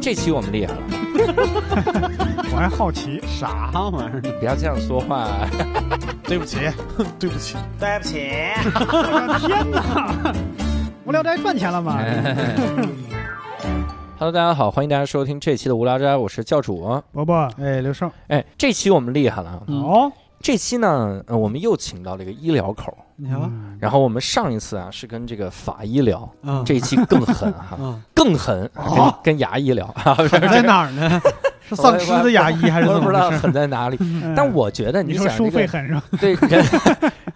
这期我们厉害了，我还好奇，啥玩意儿？不要这样说话。对不起，对不起，对不起，我的哎天哪！无聊斋赚钱了 吗？哎 Hello，大家好，欢迎大家收听这期的无聊斋，我是教主。伯伯，哎，刘胜，哎，这期我们厉害了啊，嗯哦，这期呢，呃我们又请到了一个医疗口。你瞧嗯然后我们上一次啊是跟这个法医聊，啊，这一期更狠 哈、啊更狠，哦跟跟牙医聊啊，不是在哪儿呢？ 是是丧尸的牙医还是我也怎不么知道回事？狠在哪里。嗯但我觉得你想说收这费个狠是吧？ 对人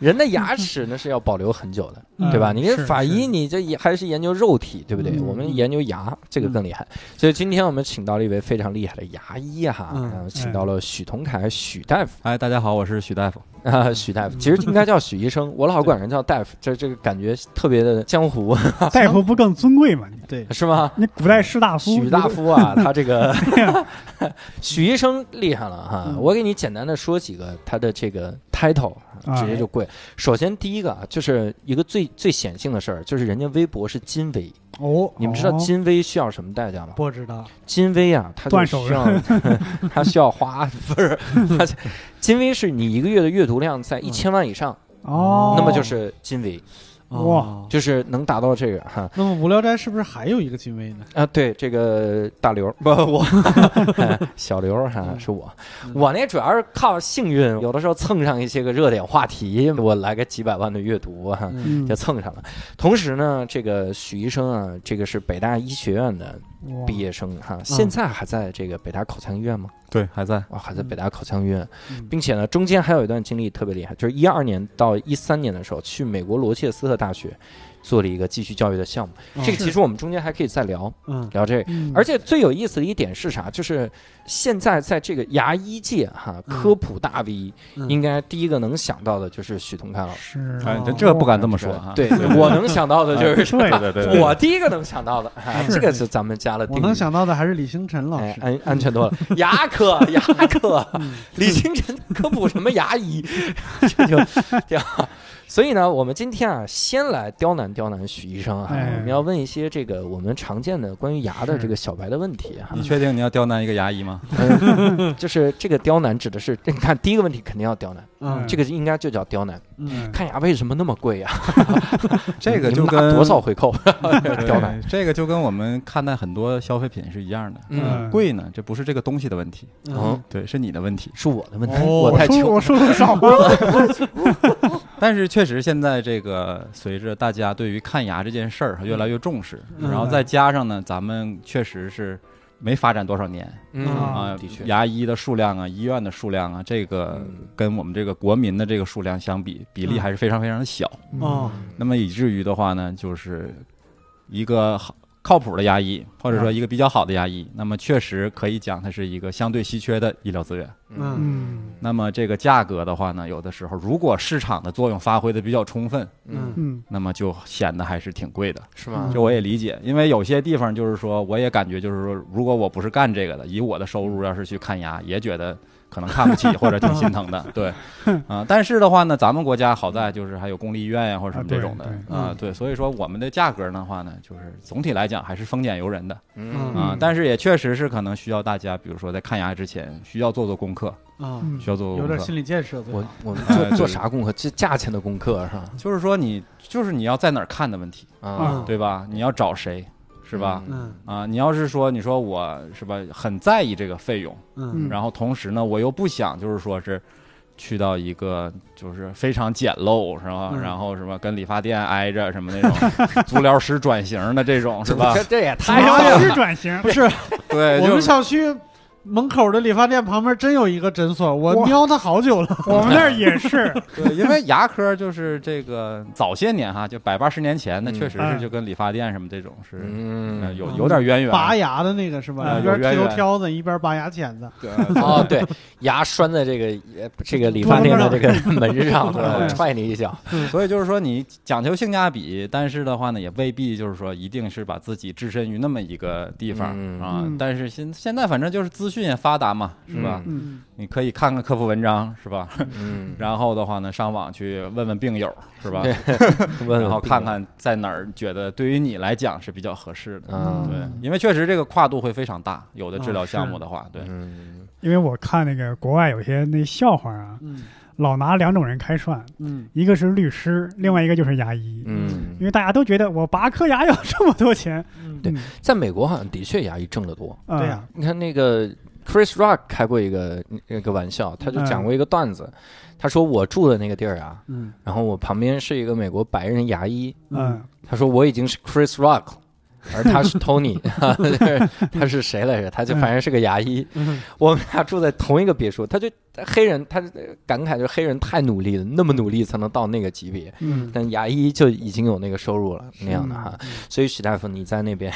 人的牙齿呢是要保留很久的，嗯对吧？你是法医是你这也还是研究肉体，对不对？嗯我们研究牙，这嗯个更厉害。所以今天我们请到了一位非常厉害的牙医哈，嗯呃哎请到了许同凯许大夫哎，大家好，我是许大夫。啊，许大嗯夫其实应 该叫许医生，我老管人叫大夫，这这个感觉特别的江湖 大夫不更尊贵吗？你对，是吗？那古代士大夫，许大夫啊，他这个 许医生厉害了哈！嗯我给你简单的说几个他的这个 title，啊啊直接就跪。首先第一个啊，就是一个最最显性的事儿，就是人家微博是金微，哦，你们知道哦金微需要什么代价吗？不知道，金微啊，他就断手需要 他需要花不 是，他金微是你一个月的阅读量在一千万以上，哦，那么就是金微，哦，就是能达到这个哈。那么无聊斋是不是还有一个金卫呢？啊，对，这个大刘儿不我，哎 小刘儿哈、是我，嗯我那主要是靠幸运，有的时候蹭上一些个热点话题，我来个几百万的阅读哈、嗯，嗯就蹭上了。同时呢，这个许医生啊，这个是北大医学院的哇毕业生哈、现在还在这个北大口腔医院吗？对，还在。啊，还在北大口腔医院，嗯并且呢，中间还有一段经历特别厉害，就是一二年到一三年的时候，去美国罗切斯特大学做了一个继续教育的项目。哦嗯这个其实我们中间还可以再聊嗯聊这个。嗯而且最有意思的一点是啥？就是现在在这个牙医界哈，嗯科普大 V 嗯应该第一个能想到的就是许同凯老师。是啊哎，这哦这不敢这么说啊。 对我能想到的就是对对对对 对我第一个能想到的，啊，这个是咱们加了定我语啊能。想到的还是李星辰老哎师，，安安全多了。牙科，牙科，嗯李清晨科普什么牙医，这就这样。所以呢，我们今天啊，先来刁难刁难许医生啊，哎我们要问一些这个我们常见的关于牙的是这个小白的问题啊哈、你确定你要刁难一个牙 医吗？嗯，就是这个刁难指的是，你 看第一个问题肯定要刁难，嗯这个应该就叫刁难。嗯，看牙为什么那么贵呀、这个你就们拿跟多少回扣 刁难？对 这个就跟我们看待很多消费品是一样的。嗯，贵呢，这不是这个东西的问题，嗯，对，是你的问题。是我的问题，哦太说穷我。说的少 啊，但是确实，现在这个随着大家对于看牙这件事儿越来越重视，嗯然后再加上呢，咱们确实是没发展多少年嗯啊啊的确，，牙医的数量啊，医院的数量啊，这个嗯跟我们这个国民的这个数量相比，比例嗯还是非常非常的小。哦，嗯那么以至于的话呢，就是一个好靠谱的牙医，或者说一个比较好的牙医，那么确实可以讲它是一个相对稀缺的医疗资源。嗯嗯那么这个价格的话呢，有的时候如果市场的作用发挥的比较充分，嗯，嗯那么就显得还是挺贵的。是嗯吗？这我也理解，因为有些地方就是说，我也感觉就是说，如果我不是干这个的，以我的收入要是去看牙，也觉得可能看不起或者挺心疼的， 对，啊、但是的话呢，咱们国家好在就是还有公立医院呀、或者什么这种的啊啊、对对嗯对，所以说我们的价格的话呢，就是总体来讲还是丰俭由人的嗯啊、嗯但是也确实是可能需要大家，比如说在看牙之前需要做做功课，啊，嗯需要做有做功点课。心理建设最好，我我哎做对做啥功课？这价钱的功课是吧？就是说你，就是你要在哪儿看的问题，啊，对吧？你要找谁，是吧？嗯啊，你要是说你说我是吧，很在意这个费用，嗯嗯然后同时呢，我又不想就是说是去到一个就是非常简陋是吧，嗯然后什么跟理发店挨着什么那 种足疗师转型的这种是吧这？这也还太呀要是转型，不是， 对，我哎就们小区门口的理发店旁边真有一个诊所，我哇瞄它好久了。我们那儿也是，对，因为牙科就是这个早些年哈，就百八十年前那嗯确实是就跟理发店什么这种是、呃嗯有有点渊源。拔牙的那个是吧？嗯一边剃哎有渊头源挑子，一边拔牙钳子。对哦，对，牙拴在这个呃这个理发店的这个门上，对吧对踹你一脚。所以就是说，你讲求性价比，但是的话呢，也未必就是说一定是把自己置身于那么一个地方、嗯啊嗯。但是现现在反正就是资讯也发达嘛，是吧？嗯，你可以看看科普文章，是吧？ 嗯，然后的话呢，上网去问问病友，是吧？对问然后看看在哪儿觉得对于你来讲是比较合适的。嗯啊，对，因为确实这个跨度会非常大，有的治疗啊是项目的话，对，嗯，因为我看那个国外有些那笑话啊，嗯老拿两种人开涮，嗯一个是律师，另外一个就是牙医。嗯，因为大家都觉得我拔颗牙要这么多钱，嗯，对在美国好像的确牙医挣得多。嗯、 对呀你看那个 Chris Rock 开过一个那个玩嗯笑，他就讲过一个段子，他说我住的那个地儿啊，嗯然后我旁边是一个美国白人牙医， 嗯，他说我已经是 Chris Rock 了。 而他是 Tony，他是谁来着？他就反正是个牙医。嗯 我们俩住在同一个别墅，他就黑人，他感慨就是黑人太努力了，那么努力才能到那个级别。嗯，但牙医就已经有那个收入了那样的哈，嗯所以许大夫你在那 边，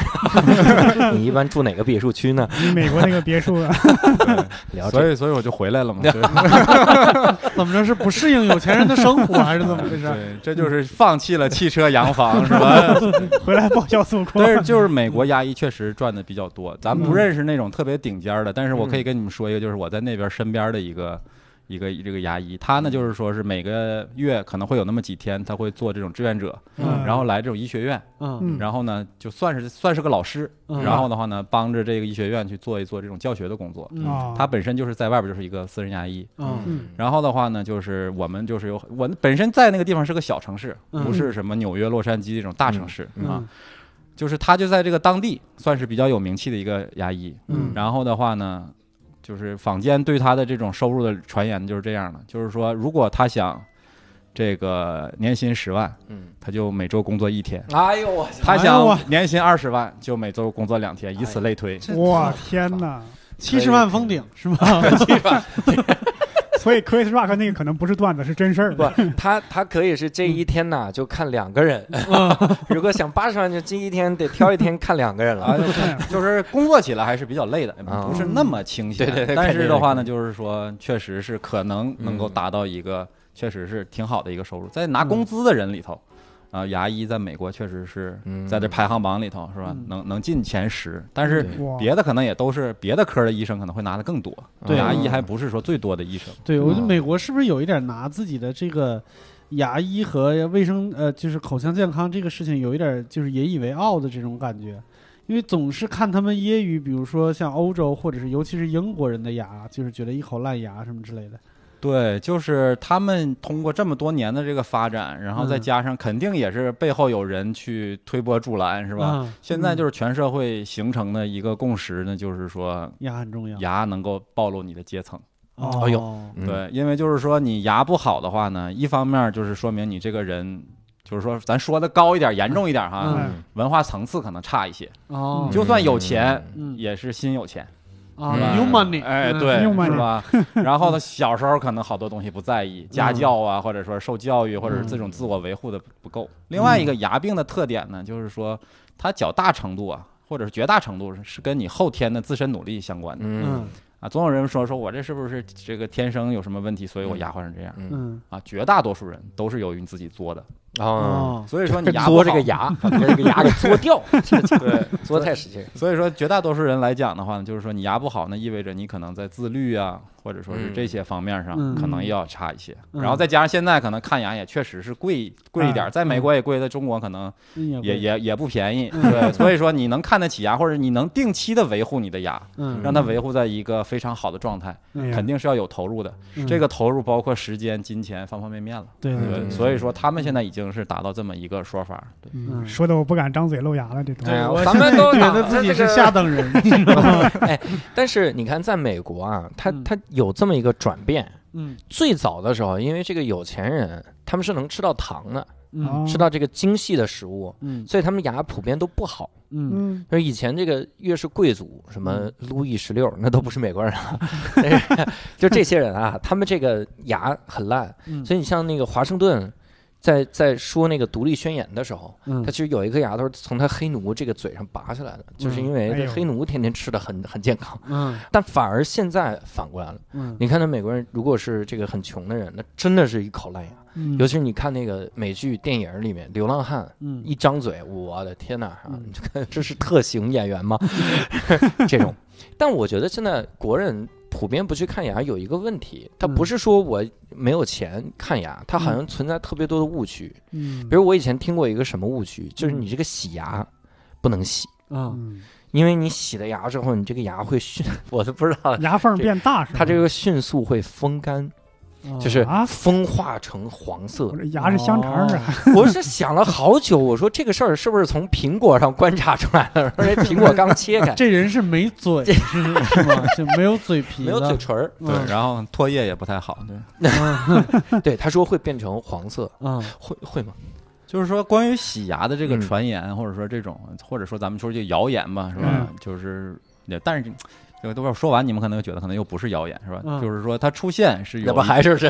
你一般住哪个别墅区呢？嗯 你美国那个别墅，啊嗯聊这所个以所以我就回来了 嘛。对对怎么着是不适应有钱人的生活，还是怎么回事？对，这就是放弃了汽车洋房，是吧？ 回来报销 诉苦。但是就是美国牙医确实赚的比较多，咱们不认识那种特别顶尖儿的，但是我可以跟你们说一个，就是我在那边身边的一个嗯一个这个牙医，他呢就是说是每个月可能会有那么几天，他会做这种志愿者，嗯然后来这种医学院，嗯嗯然后呢就算是算是个老师，嗯然后的话呢帮着这个医学院去做一做这种教学的工作。嗯哦他本身就是在外边就是一个私人牙医，嗯然后的话呢，就是我们就是有我本身在那个地方是个小城市，嗯不是什么纽约、洛杉矶这种大城市嗯啊。就是他就在这个当地算是比较有名气的一个牙医。嗯然后的话呢，就是坊间对他的这种收入的传言就是这样的，就是说如果他想这个年薪十万，嗯，他就每周工作一天；哎呦我他哎呦想我年薪二十万，就每周工作两天，以此 类推。这哇天哪！七十万封顶是吧？所以 Chris Rock 那个可能不是段子，是真事儿。 不，他他可以是这一天呐，就看两个人。嗯 如果想八十万，就这一天得挑一天看两个人啊哎了。， 就是工作起来还是比较累的，啊不是那么清闲。对对对但是的话呢，肯定就是说，确实是可能能够嗯达到一个，确实是挺好的一个收入。在拿工资的人里头，啊、牙医在美国确实是嗯在这排行榜里头是吧？嗯能能进前十，但是对哇，别的可能也都是别的科的医生可能会拿的更多，对牙医还不是说最多的医生。 对，我觉得嗯美国是不是有一点拿自己的这个牙医和卫生呃，就是口腔健康这个事情有一点就是引以为傲的这种感觉？因为总是看他们揶揄，比如说像欧洲或者是尤其是英国人的牙，就是觉得一口烂牙什么之类的。对，就是他们通过这么多年的这个发展，然后再嗯加上肯定也是背后有人去推波助澜，是是吧？？现在就是全社会形成的一个共识呢，就是说牙很重要。牙能够暴露你的阶层。哦哎呦，嗯，对，因为就是说你牙不好的话呢，一方面就是说明你这个人，就是说咱说的高一点、严重一点哈，嗯文化层次可能差一些，哦，就算有钱嗯也是心有钱，啊嗯，new money，哎，嗯对，用吧 是吧？然后呢，小时候可能好多东西不在意，嗯家教啊，或者说受教育，或者是这种自我维护的不够。另外一嗯个牙病的特点呢，就是说它较大程度啊，或者是绝大程度是是跟你后天的自身努力相关的嗯嗯啊。总有人说说我这是不是这个天生有什么问题，所以我牙坏成这样嗯嗯，啊？绝大多数人都是由于你自己作的，哦，哦，所以 说你嗯牙不嘬这好个牙，把这个牙给嘬掉， 对。 嘬太使劲。所以说，绝大多数人来讲的话呢，就是说你牙不好，那意味着你可能在自律啊，或者说是这些方面上嗯可能要差一些。嗯哎然后再加上现在可能看牙也确实是贵贵一点儿，在美国也贵，在中国可能嗯也也也不便宜。嗯对，所以说你能看得起牙，或者你能定期的维护你的牙，嗯，让它维护在一个非常好的状态，哎呀肯定是要有投入的。嗯这个呃投入包括时间、金钱方方面面了。对对对，嗯所以说他们现在已经是达到这么一个说法。对，嗯嗯说的我不敢张嘴露牙了，这都哎呀我咱们都现在打觉得自己这是个下等人，哎但是你看，在美国啊，他嗯他有这么一个转变。 嗯最早的时候，因为这个有钱人他们是能吃到糖的，哦嗯吃到这个精细的食物，嗯所以他们牙普遍都不好。嗯嗯就是以前这个越是贵族，什么路易十六，那都不是美国人了， 但是就这些人啊，他们这个牙很烂，嗯，所以你像那个华盛顿。在在说那个独立宣言的时候，嗯他其实有一颗牙都是从他黑奴这个嘴上拔下来的，就是因为哎呦黑奴天天吃的很很健康，嗯但反而现在反过来了。嗯你看那美国人，如果是这个很穷的人，那真的是一口烂牙。嗯，尤其是你看那个美剧电影里面，流浪汉嗯一张嘴，我的天哪！啊嗯，这个 这是特型演员吗？ 这种。但我觉得现在国人普遍不去看牙，有一个问题，他嗯不是说我没有钱看牙，他好像嗯存在特别多的误区。嗯，比如我以前听过一个什么误区，就是你这个洗牙不能洗，啊嗯，因为你洗了牙之后，你这个牙会迅， 我都不知道。牙缝变大是吧？它这个迅速会风干，嗯哦，就是啊风化成黄色我。这牙是香肠儿哦啊，我是想了好久，我说这个事儿是不是从苹果上观察出来的？说这苹果刚切开这人是没嘴是是吗？就没有嘴皮没子，有嘴唇嗯儿。对，然后唾液也不太好，对。对，他说会变成黄色，嗯会会吗？就是说，关于洗牙的这个嗯传言，或者说这种，或者说咱们说这谣言吧，是吧？就是也，但是这个都要说完，你们可能又觉得可能又不是谣言，是吧？嗯就是说它出现是那有不一，还是这？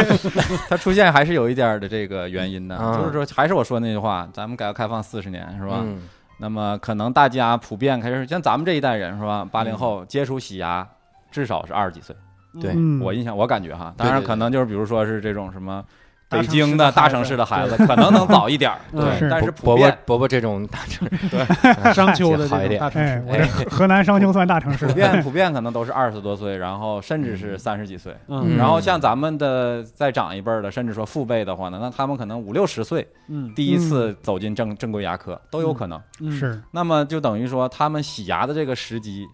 它出现还是有一点儿的这个原因的。啊就是说，还是我说那句话，咱们改革开放四十年，是吧？嗯那么可能大家普遍开始，像咱们这一代人，是吧？八零后接触洗牙，至少是二十几岁。对嗯，我印象，我感觉哈，对当然对可能就是比如说是这种什么大北城京市的的大孩城子市的孩子，可能能早一点儿，嗯对是，但是伯普伯伯遍伯伯这种大城市，商丘的好一这种点大城哎，市，我这河河南商丘算大城市 普，遍普遍可能都是二十多岁，然后甚至是三十几岁。嗯然后像咱们的再长一辈儿的，甚至说父辈的话呢，那他们可能五六十岁嗯第一次走进正正规牙科都有可能。嗯是那么就等于说他们洗牙的这个时机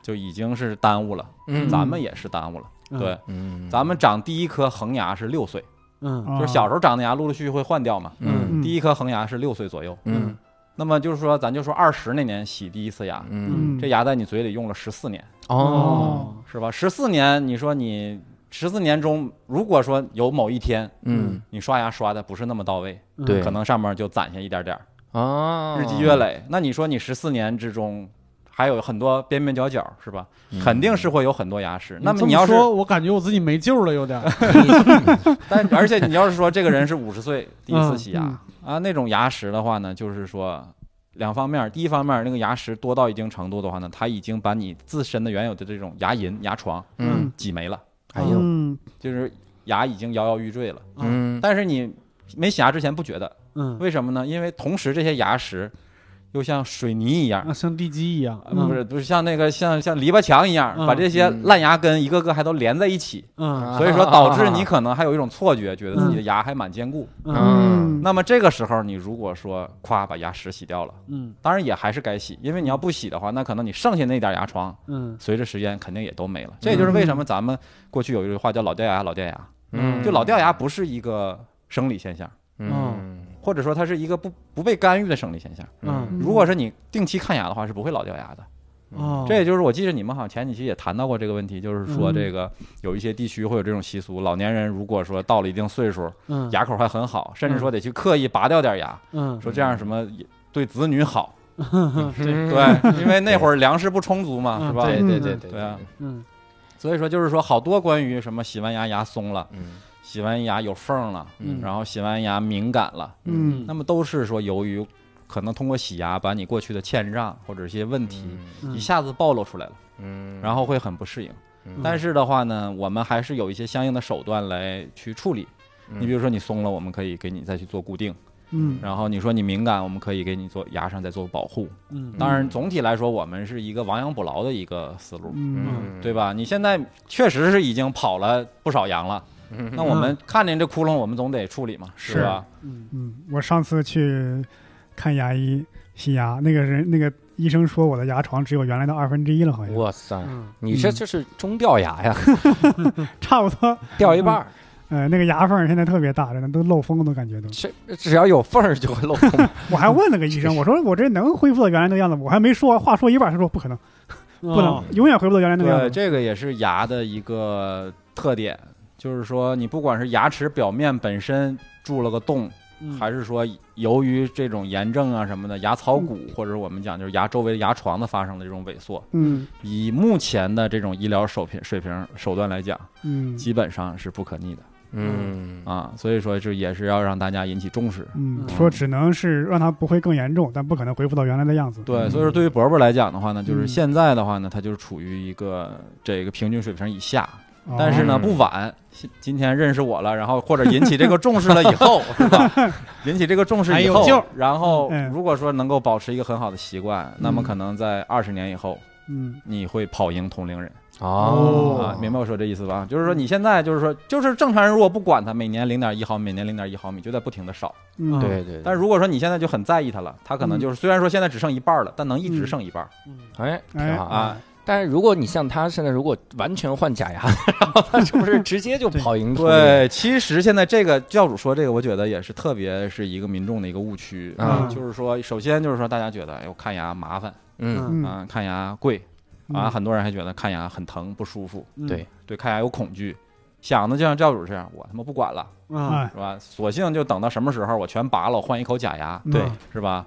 就已经是耽误了，嗯咱们也是耽误了。嗯对，嗯，咱们长第一颗恒牙是六岁，嗯啊就是小时候长的牙陆陆续续会换掉嘛。嗯嗯第一颗恒牙是六岁左右，嗯那么就是说，咱就说二十那年洗第一次牙，嗯这牙在你嘴里用了十四年，哦哦是吧？十四年，你说你十四年中，如果说有某一天嗯你刷牙刷的不是那么到位，对可能上面就攒下一点点儿，哦，日积月累。那你说你十四年之中还有很多边边角角，是吧？嗯肯定是会有很多牙齿。那嗯这你要是，说，我感觉我自己没救了，有点儿。但而且你要是说这个人是五十岁第一次洗牙嗯啊，那种牙石的话呢，就是说。两方面，第一方面，那个牙石多到一定程度的话呢，它已经把你自身的原有的这种牙龈、牙床嗯，挤没了，哎呦，嗯就是牙已经摇摇欲坠了。嗯但是你没洗牙之前不觉得，嗯，为什么呢？因为同时这些牙石又像水泥一样，啊，像地基一样。呃不是不是像那个像像篱笆墙一样，嗯把这些嗯烂牙根一个个还都连在一起，嗯所以说导致你可能还有一种错觉，觉得自己的牙还蛮坚固。啊嗯那么这个时候，你如果说夸把牙石洗掉了，嗯当然也还是该洗，因为你要不洗的话，那可能你剩下那点牙床。嗯随着时间肯定也都没了，这也就是为什么咱们过去有一句话叫“老掉牙”，老掉牙，嗯就老掉牙不是一个生理现象，嗯或者说它是一个不不被干预的生理现象。嗯如果是你定期看牙的话，是不会老掉牙的。嗯哦，嗯这也就是我记得你们好像前几期也谈到过这个问题，就是说这个有一些地区会有这种习俗，老年人如果说到了一定岁数，嗯牙口还很好，甚至说得去刻意拔掉点牙，嗯说这样什么也对子女好，嗯 对，因为那会儿粮食不充足嘛，嗯是吧？对对对对对啊，嗯所以说就是说好多关于什么洗完牙牙松了，嗯洗完牙有缝了，嗯然后洗完牙敏感了，嗯那么都是说由于可能通过洗牙把你过去的欠账或者一些问题嗯一下子暴露出来了，嗯，然后会很不适应。嗯但是的话呢，我们还是有一些相应的手段来去处理。嗯你比如说你松了，我们可以给你再去做固定；嗯然后你说你敏感，我们可以给你做牙上再做保护。嗯当然，总体来说，我们是一个亡羊补牢的一个思路。嗯嗯对？吧？你现在确实是已经跑了不少羊了，嗯那我们看见这窟窿，我们总得处理嘛，是吧？嗯嗯，我上次去看牙医洗牙，那个人那个医生说我的牙床只有原来的二分之一了，好像哇塞，嗯你这就是中掉牙呀，差不多。掉一半儿，呃，那个牙缝儿现在特别大，真的都漏风了都感觉都。这只要有缝儿就会漏风。我还问了个医 生，我说我这能恢复到原来那个样子吗？我还没说，话说一半，他说不可能，不能，永远恢复到原来那个样嗯对，子。这个也是牙的一个特点，就是说你不管是牙齿表面本身住了个洞，嗯还是说由于这种炎症啊什么的，牙槽骨或者我们讲就是牙周围的牙床的发生了这种萎缩，嗯以目前的这种医疗手平水平手段来讲，嗯基本上是不可逆的。 嗯啊，所以说这也是要让大家引起重视。嗯，嗯说只能是让它不会更严重，但不可能恢复到原来的样子。对，嗯所以说对于伯伯来讲的话呢，就是嗯现在的话呢，他就是处于一个这个平均水平以下，哦但是呢嗯不晚。今今天认识我了，然后或者引起这个重视了 以后，是吧？引起这个重视还以有后救，然后嗯如果说能够保持一个很好的习惯，那么可能在二十年以后，嗯，你会跑赢同龄人。哦啊，明白我说这意思吧？就是说你现在就是说，就是正常人如果不管它，每年零点一毫米，每年零点一毫米就在不停的少。嗯，对对，但是如果说你现在就很在意它了，它可能嗯就是虽然说现在只剩一半了，但能一直剩一半儿嗯哎挺哎好啊。但是如果你像他现在，如果完全换假牙，然后他是不是直接就对跑赢同龄人？对，其实现在这个教主说这个，我觉得也是特别是一个民众的一个误区啊嗯就是说，首先就是说大家觉得，哎，我看牙麻烦嗯，嗯啊，看牙贵嗯啊，很多人还觉得看牙很疼不舒服，嗯对对看牙有恐惧，想的就像教主这样，我他妈不管了，啊，哎，是吧？索性就等到什么时候我全拔了，我换一口假牙，对嗯是吧？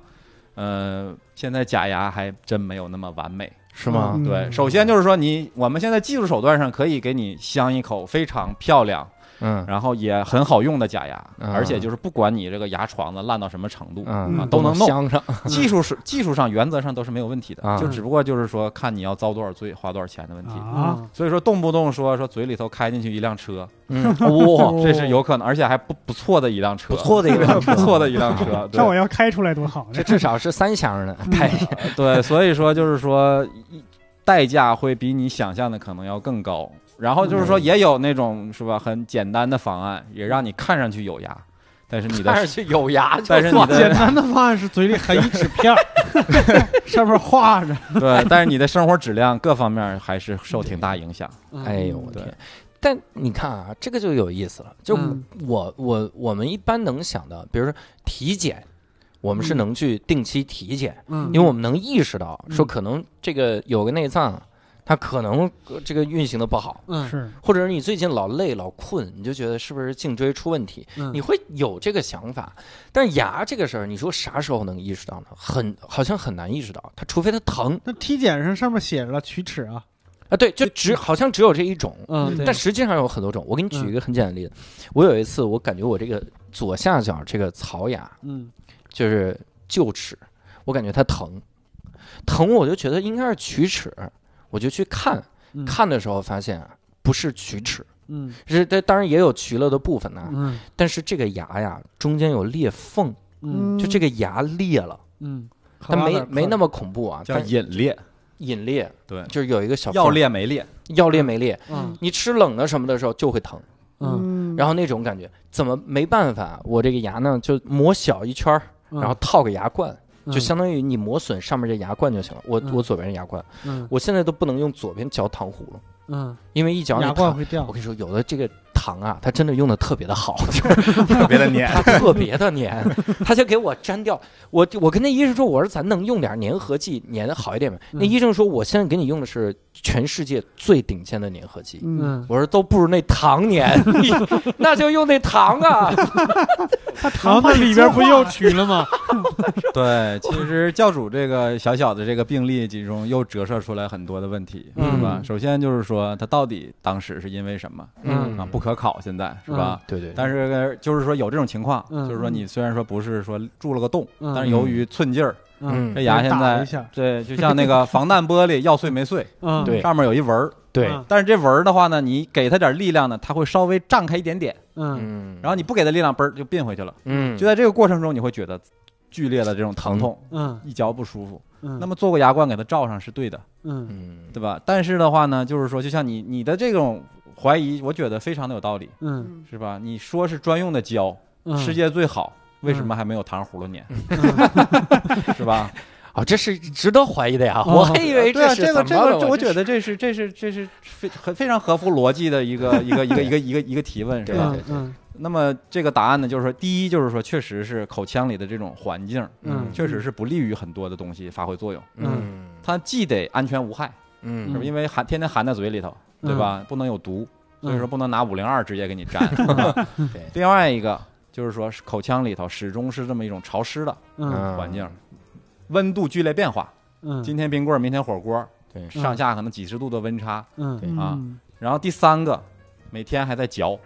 呃，现在假牙还真没有那么完美。是吗？嗯对，首先就是说你，我们现在技术手段上可以给你镶一口非常漂亮，嗯然后也很好用的假牙，嗯而且就是不管你这个牙床子烂到什么程度，嗯啊都能弄镶上。技术是技术上原则上都是没有问题的，啊就只不过就是说看你要遭多少罪，花多少钱的问题。嗯啊，所以说，动不动说说嘴里头开进去一辆车，嗯，哇， 这是有可能，而且还不不错的一辆车，不错的一 辆车不错的一辆车。 那我 对要开出来多好这呢！至少是三箱的，太呃对，所以说就是说，一代价会比你想象的可能要更高。然后就是说，嗯也有那种是吧，很简单的方案，也让你看上去有牙，但是你的看上去有牙就但是你算的简单的方案是嘴里含一纸片儿上面画着，对，但是你的生活质量各方面还是受挺大影响。嗯哎呦我天！但你看啊，这个就有意思了。就我、嗯我我们一般能想到，比如说体检，我们是嗯能去定期体检，嗯，因为我们能意识到说嗯可能这个有个内脏，它可能呃这个运行的不好，嗯是，或者是你最近老累老困，你就觉得是不是颈椎出问题，嗯你会有这个想法。但是牙这个事儿，你说啥时候能意识到呢？很好像很难意识到，它除非它疼那体检上上面写着了龋齿啊，啊，对，就只好像只有这一种。嗯，对嗯但实际上有很多种。我给你举一个很简单的例子，我有一次我感觉我这个左下角这个槽牙嗯就是臼齿，我感觉它疼，疼我就觉得应该是龋齿，我就去看，嗯看的时候发现啊不是龋齿，嗯是这当然也有龋了的部分呢、啊嗯但是这个牙呀中间有裂缝，嗯就这个牙裂了，嗯，它没没那么么恐怖啊，叫但引裂，隐裂对就是有一个小要缝裂没裂，要裂没裂，嗯你吃冷的什么的时候就会疼。嗯嗯，然后那种感觉怎么没办法？我这个牙呢就磨小一圈儿，嗯，然后套个牙冠，嗯就相当于你磨损上面这牙冠就行了。我嗯我左边的牙冠，嗯我现在都不能用左边嚼糖葫芦，嗯，因为一嚼牙那冠糖，会掉我，跟你说，有的这个糖啊，它真的用的特别的好， 就是特别的黏。它特别的粘， 它就给我粘掉。我我跟那医生说，我说咱能用点粘合剂粘的好一点吗？那嗯医生说，我现在给你用的是全世界最顶尖的粘合剂。嗯，嗯，我说都不如那糖粘， 你那就用那糖啊。然后它里边不又龋了吗？ 对，其实教主这个小小的这个病例其中又折射出来很多的问题，嗯是吧？首先就是说他到底当时是因为什么嗯啊？不可考，现在是吧？对对，但是是呃就是说有这种情况，嗯就是说你虽然说不是说蛀了个洞，嗯但是由于寸劲儿，嗯这牙现打了在一下对，就像那个防弹玻璃要碎没碎，嗯对上面有一纹儿，对，嗯但是这纹儿的话呢，你给它点力量呢，它会稍微胀开一点点，嗯嗯然后你不给它力量，嘣儿就并回去了。嗯就在这个过程中，你会觉得剧烈的这种疼痛，嗯一嚼不舒服。嗯，那么做个牙冠给它罩上是对的，嗯嗯对吧？但是的话呢，就是说，就像你你的这种怀疑，我觉得非常的有道理，嗯是吧？你说是专用的胶，嗯，世界最好，为什么还没有糖葫芦粘？嗯 是吧？啊，这是值得怀疑的呀，哦我还以为对啊，哎是这个怎这么个，了，我觉得得这是这是这是非很非常合乎逻辑的一个一个一个一个一个一个提问，是对吧？对对嗯那么这个答案呢，就是说，第一就是说，确实是口腔里的这种环境，嗯确实是不利于很多的东西发挥作用。嗯它既得安全无害，是吧？嗯因为含天天含在嘴里头，对吧？不能有毒，所以说不能拿五零二直接给你粘。 对另外一个就是说，口腔里头始终是这么一种潮湿的嗯环境，温度剧烈变化，嗯，今天冰棍儿，明天火锅，对上下可能几十度的温差。嗯嗯啊然后第三个，每天还在嚼，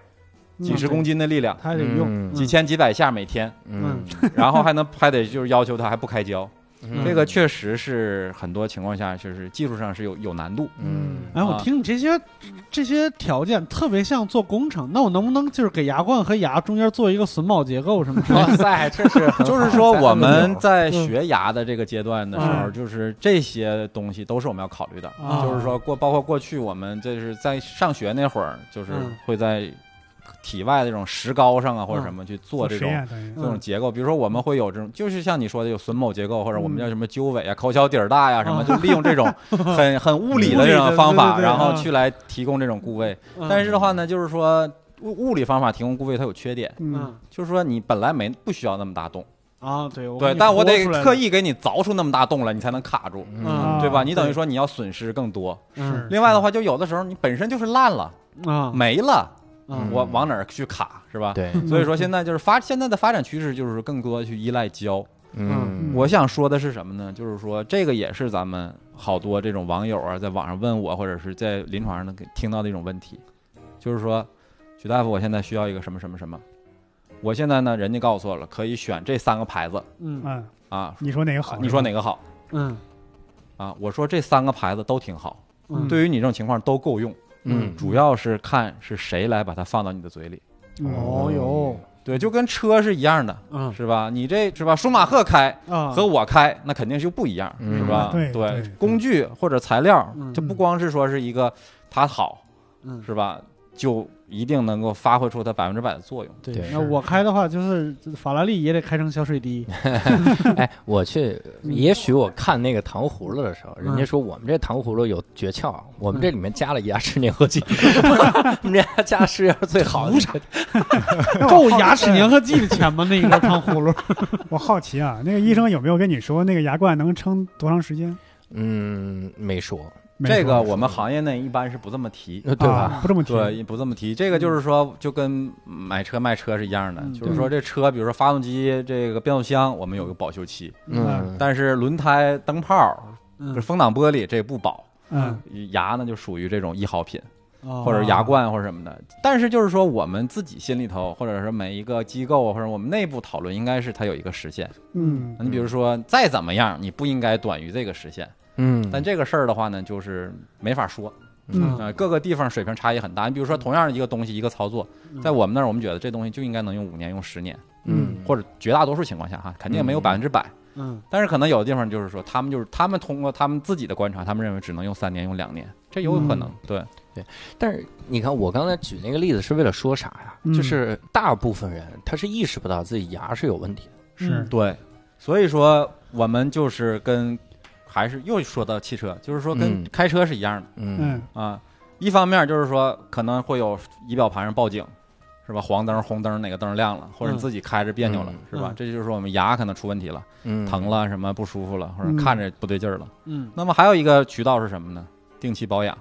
几十公斤的力量，他得用，嗯几千几百下每 天，嗯，然后还能还得就是要求他还不开胶，嗯这个确实是很多情况下就是技术上是有有难度。嗯哎，我啊听你这些这些条件特别像做工程，那我能不能就是给牙冠和牙中间做一个榫卯结构什么的？哇塞，这是很好就是说，我们在在学牙的这个阶段的时候，嗯就是这些东西都是我们要考虑的。啊就是说过，包括过去我们就是在上学那会儿，就是嗯会在体外的这种石膏上啊，或者什么去做这实种验等于这种嗯结构，比如说我们会有这种，就是像你说的有榫卯结构，或者我们嗯叫什么鸠尾啊、口小底儿大呀什么，啊就利用这种很很物理的这种方法，然后去来提供这种固位。嗯但是的话呢，就是说物物理方法提供固位它有缺点，嗯嗯就是说你本来没不需要那么大洞，啊，对我对给，你但我得豁出来了刻意给你凿出那么大洞来，你才能卡住，啊对吧？啊你等于说你要损失更多。嗯另外的话，就有的时候你本身就是烂了，啊没了，啊我往哪儿去卡是吧？ 对，嗯所以说现在就是发现在的发展趋势就是更多去依赖胶。嗯，我想说的是什么呢？就是说，这个也是咱们好多这种网友啊，在网上问我，或者是在临床上能给听到的一种问题，就是说，徐大夫，我现在需要一个什么什么什么，我现在呢，人家告诉我了，可以选这三个牌子嗯嗯，啊，你说哪个好？你说哪个好嗯啊？我说这三个牌子都挺好，嗯对于你这种情况都够用，嗯主要是看是谁来把它放到你的嘴里。嗯哦哟对，就跟车是一样的，嗯是吧？你这是吧？舒马赫开啊和我开，那肯定就不一样，嗯是吧？啊对对工具或者材料嗯，就不光是说是一个它好，嗯是吧？就一定能够发挥出它百分之百的作用。对对那是我开的话就是法拉利也得开成小水滴哎，我去，嗯也许我看那个糖葫芦的时候，人家说我们这糖葫芦有诀窍，我们这嗯里面加了牙齿粘合剂， 我们家加世界上最好的，够牙齿粘合剂的钱吗？那一个糖葫芦我好奇啊，那个医生有没有跟你说那个牙冠能撑多长时间？嗯，没啊说，没这说个我们行业内一般是不这么提。对吧？啊不这么提，对，不这么提，这个就是说，就跟买车卖车是一样的，嗯就是说这车，比如说发动机、这个变速箱，我们有个保修期，嗯，但是轮胎、灯泡、嗯这风挡玻璃这不保，嗯牙呢就属于这种一好品，哦或者牙冠或者什么的。但是就是说，我们自己心里头，或者说每一个机构或者我们内部讨论，应该是它有一个时限。嗯你比如说，再怎么样，你不应该短于这个时限。嗯，但这个事儿的话呢，就是没法说，嗯呃，各个地方水平差异很大。你比如说，同样一个东西，一个操作，在我们那儿，我们觉得这东西就应该能用五年、用十年，嗯，或者绝大多数情况下哈，肯定没有嗯百分之百。嗯但是可能有的地方就是说，他们就是他们通过他们自己的观察，他们认为只能用三年、用两年，这有可能。对，嗯但是你看，我刚才举那个例子是为了说啥呀？嗯就是大部分人他是意识不到自己牙是有问题的。是对，所以说我们就是跟，还是又说到汽车，就是说跟嗯开车是一样的、嗯嗯啊。一方面就是说可能会有仪表盘上报警，是吧？黄灯、红灯哪个灯亮了，或者嗯自己开着别扭了，嗯是吧？嗯这就是说我们牙可能出问题了，嗯，疼了什么不舒服了，或嗯者看着不对劲儿了。嗯那么还有一个渠道是什么呢？定期保养。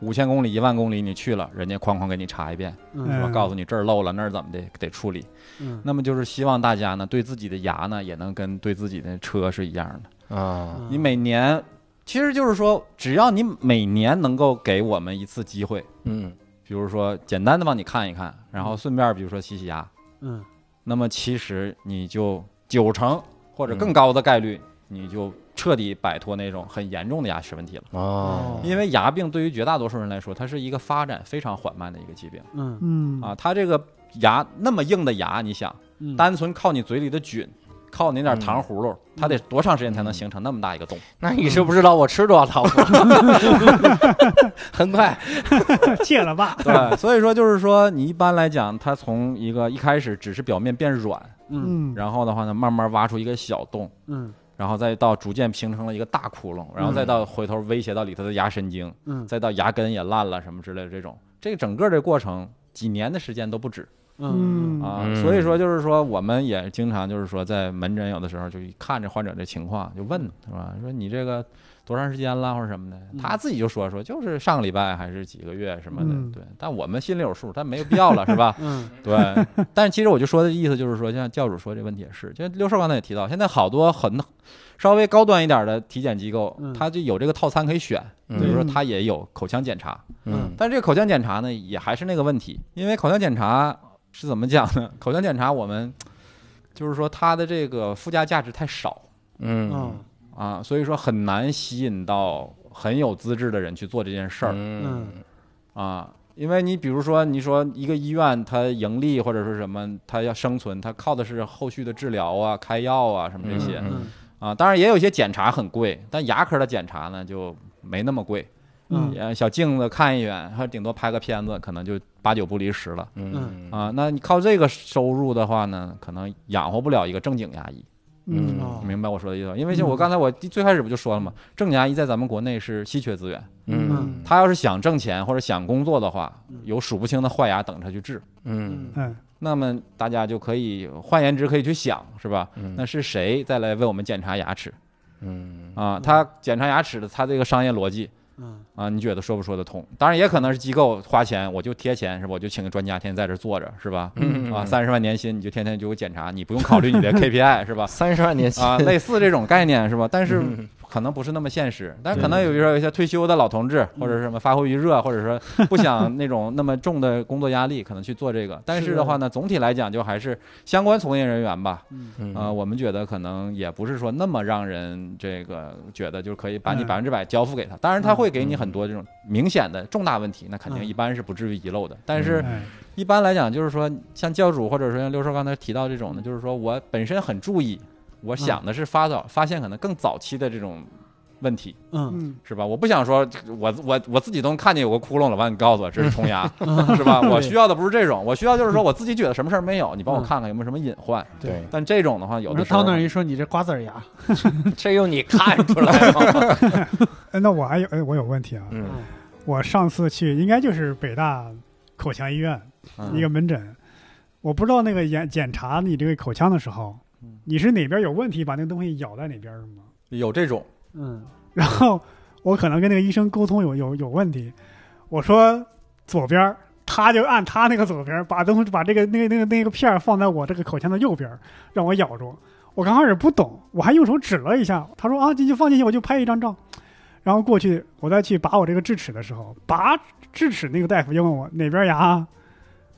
五千公里、一万公里，你去了，人家哐哐给你查一遍，是嗯吧？嗯告诉你这儿漏了，那儿怎么的，得处理。嗯那么就是希望大家呢，对自己的牙呢，也能跟对自己的车是一样的。啊，嗯你每年，其实就是说，只要你每年能够给我们一次机会，嗯比如说简单的帮你看一看，然后顺便比如说洗洗牙，嗯那么其实你就九成或者更高的概率，你就彻底摆脱那种很严重的牙齿问题了。哦，因为牙病对于绝大多数人来说，它是一个发展非常缓慢的一个疾病嗯嗯啊，它这个牙那么硬的牙，你想。嗯单纯靠你嘴里的菌，靠你那点糖葫芦，它嗯得多长时间才能形成那么大一个洞？ 那你是不知道我吃多少糖葫芦很快， 戒了吧，对， 所以说就是说，你一般来讲，它从一个一开始只是表面变软，嗯嗯然后的话呢，慢慢挖出一个小洞，嗯然后再到逐渐形成了一个大窟窿，然后再到回头威胁到里头的牙神经，嗯再到牙根也烂了什么之类的这种，这个整个这过程几年的时间都不止。嗯啊嗯，所以说就是说，我们也经常就是说，在门诊有的时候就看着患者的情况，就问是吧？说你这个多长时间了或者什么的，嗯？他自己就说说就是上个礼拜还是几个月什么嗯的，对。但我们心里有数，但没有必要了是吧 嗯对。但其实我就说的意思就是说，像教主说这问题也是，就像刘硕刚才也提到，现在好多很稍微高端一点的体检机构嗯，它就有这个套餐可以选，比如嗯说它也有口腔检查，嗯但这个口腔检查呢，也还是那个问题，因为口腔检查是怎么讲呢？口腔检查我们就是说它的这个附加价值太少嗯嗯啊，所以说很难吸引到很有资质的人去做这件事儿、嗯啊。因为你比如说，你说一个医院它盈利或者说什么，它要生存，它靠的是后续的治疗啊、开药啊什么这些、嗯嗯啊。当然也有一些检查很贵，但牙科的检查呢就没那么贵，嗯呃小镜子看一眼，还顶多拍个片子，可能就八九不离十了。嗯啊，那你靠这个收入的话呢，可能养活不了一个正经牙医，嗯哦明白我说的意思吧？因为就我刚才我最开始不就说了嘛，正经牙医在咱们国内是稀缺资源，嗯他要是想挣钱或者想工作的话嗯，有数不清的坏牙等着他去治。嗯嗯那么大家就可以，换言之，可以去想，是吧？那是谁再来为我们检查牙齿嗯啊？他检查牙齿的，他这个商业逻辑嗯啊，你觉得说不说得通？当然，也可能是机构花钱，我就贴钱，是吧？我就请个专家天天在这坐着，是吧？嗯啊，三十万年薪你就天天就给我检查，你不用考虑你的 KPI 是吧？三十万年薪 啊，类似这种概念是吧？但是嗯可能不是那么现实，但对可能有一说有一些退休的老同志，或者是什么发挥余热，或者说不想那种那么重的工作压力，可能去做这个。但是是的的话呢，总体来讲就还是相关从业人员吧。嗯啊，我们觉得可能也不是说那么让人这个觉得就是可以把你嗯百分之百交付给他。当然，他会给你嗯很多这种明显的重大问题，那肯定嗯一般是不至于遗漏的。但是哎一般来讲，就是说像教主或者说像六叔刚才提到这种的，就是说我本身很注意，嗯我想的是发早、发现可能更早期的这种问题，嗯嗯是吧？我不想说我我我自己都能看见有个窟窿了，完你告诉我这是虫牙，嗯 是 吧？我需要的不是这种，我需要就是说我自己觉得什么事儿没有，你帮我看看有没有什么隐患。对，但这种的话，嗯有我说的时候到那儿一说你这瓜子儿牙，这用你看出来吗？哎，那我还有哎，我有问题啊，嗯我上次去应该就是北大口腔医院嗯一个门诊，我不知道那个检检查你这个口腔的时候嗯，你是哪边有问题把那个东西咬在哪边是吗？有这种，嗯然后我可能跟那个医生沟通有有有问题，我说左边儿，他就按他那个左边儿把东西把这个那个那个那个片儿放在我这个口腔的右边儿，让我咬住。我刚开始不懂，我还用手指了一下，他说啊，进去放进去，我就拍一张照。然后过去，我再去拔我这个智齿的时候，拔智齿那个大夫又问我哪边牙啊，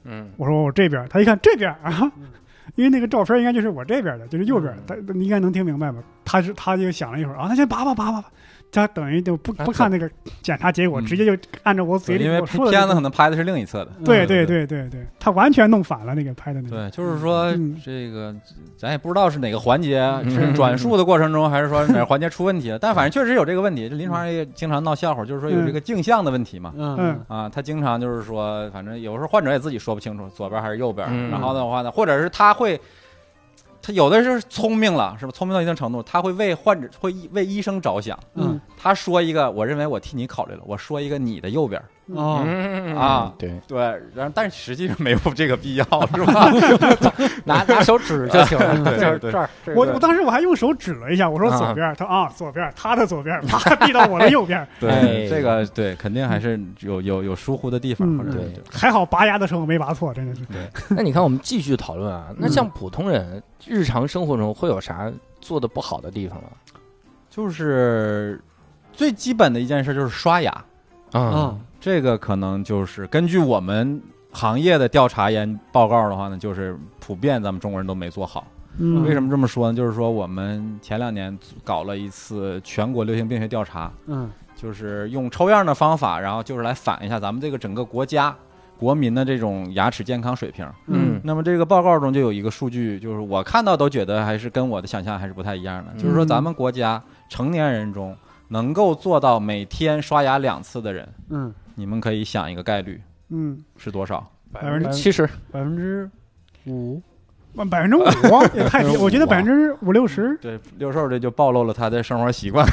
嗯我说我这边儿，他一看这边儿啊嗯， 因为那个照片应该就是我这边儿的，就是右边儿的，他他你应该能听明白吧？他是他就想了一会儿啊，那先拔吧拔吧拔，他等于就不啊不看那个检查结果，嗯直接就按照我嘴里因为我说的片那子可个，能拍的是另一侧的。对对嗯对对对对，他完全弄反了那个拍的那个，对，就是说嗯这个，咱也不知道是哪个环节嗯是转述的过程中，还是说哪个环节出问题了。嗯但反正确实有这个问题，这临床上也经常闹笑话，就是说有这个镜像的问题嘛。嗯啊，他经常就是说，反正有时候患者也自己说不清楚左边还是右边，嗯然后的话呢，或者是他会，他有的是聪明了，是吧？聪明到一定程度，他会为患者会为医生着想。嗯他说一个，我认为我替你考虑了，我说一个你的右边，哦啊，对，对，然后但是实际上没有这个 必要，是吧？拿拿手指就行了，啊就是这儿。我我当时我还用手指了一下，我说左边儿，他啊左边儿，他的左边儿，啪递到我的右边儿，哎对，这个对，肯定还是有有有疏忽的地方，嗯或者是对还好拔牙的时候没拔错，真的是， 那你看，我们继续讨论啊。那像普通人日常生活中会有啥做的不好的地方吗？就是最基本的一件事就是刷牙，啊，嗯这个可能就是根据我们行业的调查研报告的话呢，就是普遍咱们中国人都没做好。嗯为什么这么说呢？就是说我们前两年搞了一次全国流行病学调查，嗯就是用抽样的方法，然后就是来反映一下咱们这个整个国家国民的这种牙齿健康水平。嗯那么这个报告中就有一个数据，就是我看到都觉得还是跟我的想象还是不太一样的，嗯就是说咱们国家成年人中能够做到每天刷牙两次的人，嗯你们可以想一个概率嗯是多少？百分之七十，百分之五百分之五也太低，我觉得百分之五六十，对，六兽这就暴露了他的生活习惯，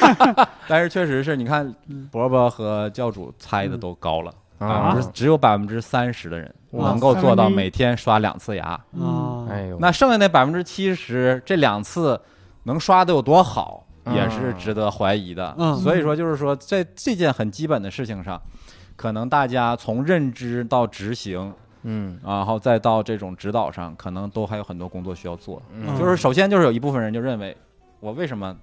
但是确实是你看嗯伯伯和教主猜的都高了，啊百分之只有百分之三十的人哇能够做到31%每天刷两次牙。啊，哎呦，那剩下那百分之七十，这两次能刷的有多好，嗯也是值得怀疑的。嗯所以说，就是说在这件很基本的事情上，可能大家从认知到执行，嗯，然后再到这种指导上，可能都还有很多工作需要做。嗯就是首先就是有一部分人就认为，我为什么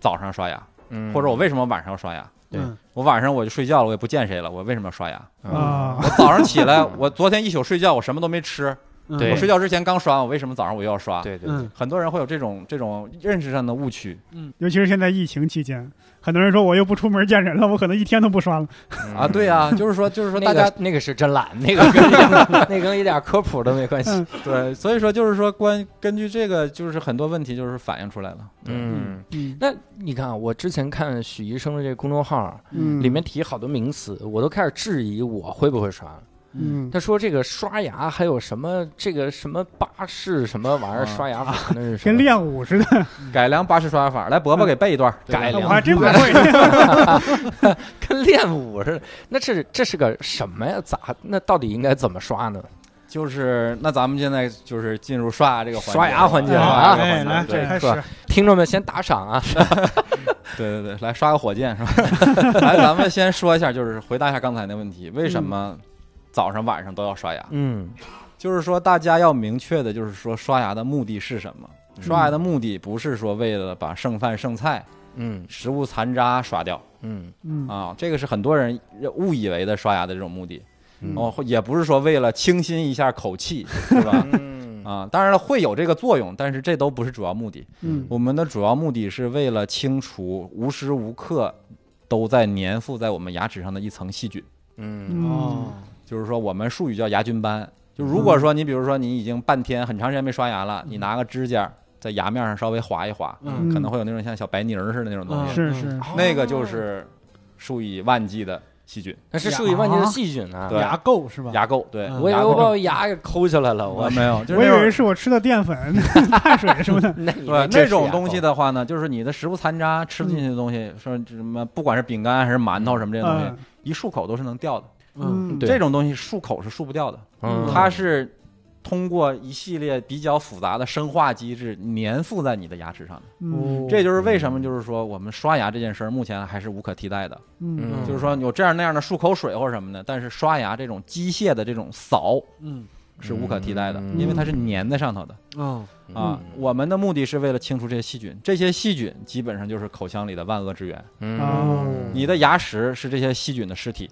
早上刷牙，嗯或者我为什么晚上要刷牙？对嗯我晚上我就睡觉了，我也不见谁了，我为什么要刷牙？嗯啊我早上起 来，我昨天一宿睡觉，我什么都没吃，嗯对我睡觉之前刚刷完，我为什么早上我又要刷？对对对嗯，很多人会有这种这种认识上的误区尤其是现在疫情期间，很多人说我又不出门见人了，我可能一天都不刷了。啊，对 啊，就是说就是说嗯那大家个那个是真懒，那个跟那跟一点科普都没关系。嗯对，所以说就是说关根据这个就是很多问题就是反映出来了，对，嗯，嗯那你看，啊，我之前看许医生的这个公众号，嗯里面提好多名词，我都开始质疑我会不会刷了。嗯，他说这个刷牙还有什么这个什么巴士什么玩意儿啊刷牙法，那是什跟么？练武似的，嗯改良巴士刷法，来伯伯给背一段，改良我还真不 会。跟练武似的，那这这是个什么呀？咋那到底应该怎么刷呢？就是那咱们现在就是进入刷牙这个环节刷牙环节了了啊啊刷牙哎这个环节来对开始，听众们先打赏啊！对对对，来刷个火箭是吧？ 来，咱们先说一下，就是回答一下刚才那问题，为什么早上晚上都要刷牙？嗯就是说大家要明确的，就是说刷牙的目的是什么？刷牙的目的不是说为了把剩饭剩菜、嗯食物残渣刷掉嗯嗯啊，这个是很多人误以为的刷牙的这种目的嗯。哦，也不是说为了清新一下口气， 是吧？嗯啊，当然了，会有这个作用，但是这都不是主要目的。嗯我们的主要目的是为了清除无时无刻都在粘附在我们牙齿上的一层细菌，嗯嗯，哦就是说我们术语叫牙菌斑。就如果说你比如说你已经半天很长时间没刷牙了，你拿个指甲在牙面上稍微划一划，嗯可能会有那种像小白泥儿似的那种东嗯西，是是，那个就是数以万计的细菌，那是数以万计的细菌啊！对牙垢是吧？牙垢。对，嗯我以牙为我把垢。我牙给抠下来了，我我没有，就是我以那种为是我吃的淀粉、 碳水什么的。那你对这那是种牙东西膏的话呢，就是你的食物残渣吃不进去的东西，说什么不管是饼干还是馒头什么这些东西嗯，一漱口都是能掉的。嗯嗯，对这种东西漱口是漱不掉的，嗯它是通过一系列比较复杂的生化机制粘附在你的牙齿上的。嗯这就是为什么，就是说我们刷牙这件事儿目前还是无可替代的。嗯嗯就是说有这样那样的漱口水或者什么的，但是刷牙这种机械的这种扫嗯是无可替代的，嗯因为它是粘在上头的哦啊。我们的目的是为了清除这些细菌，这些细菌基本上就是口腔里的万恶之源。嗯哦你的牙石是这些细菌的尸体，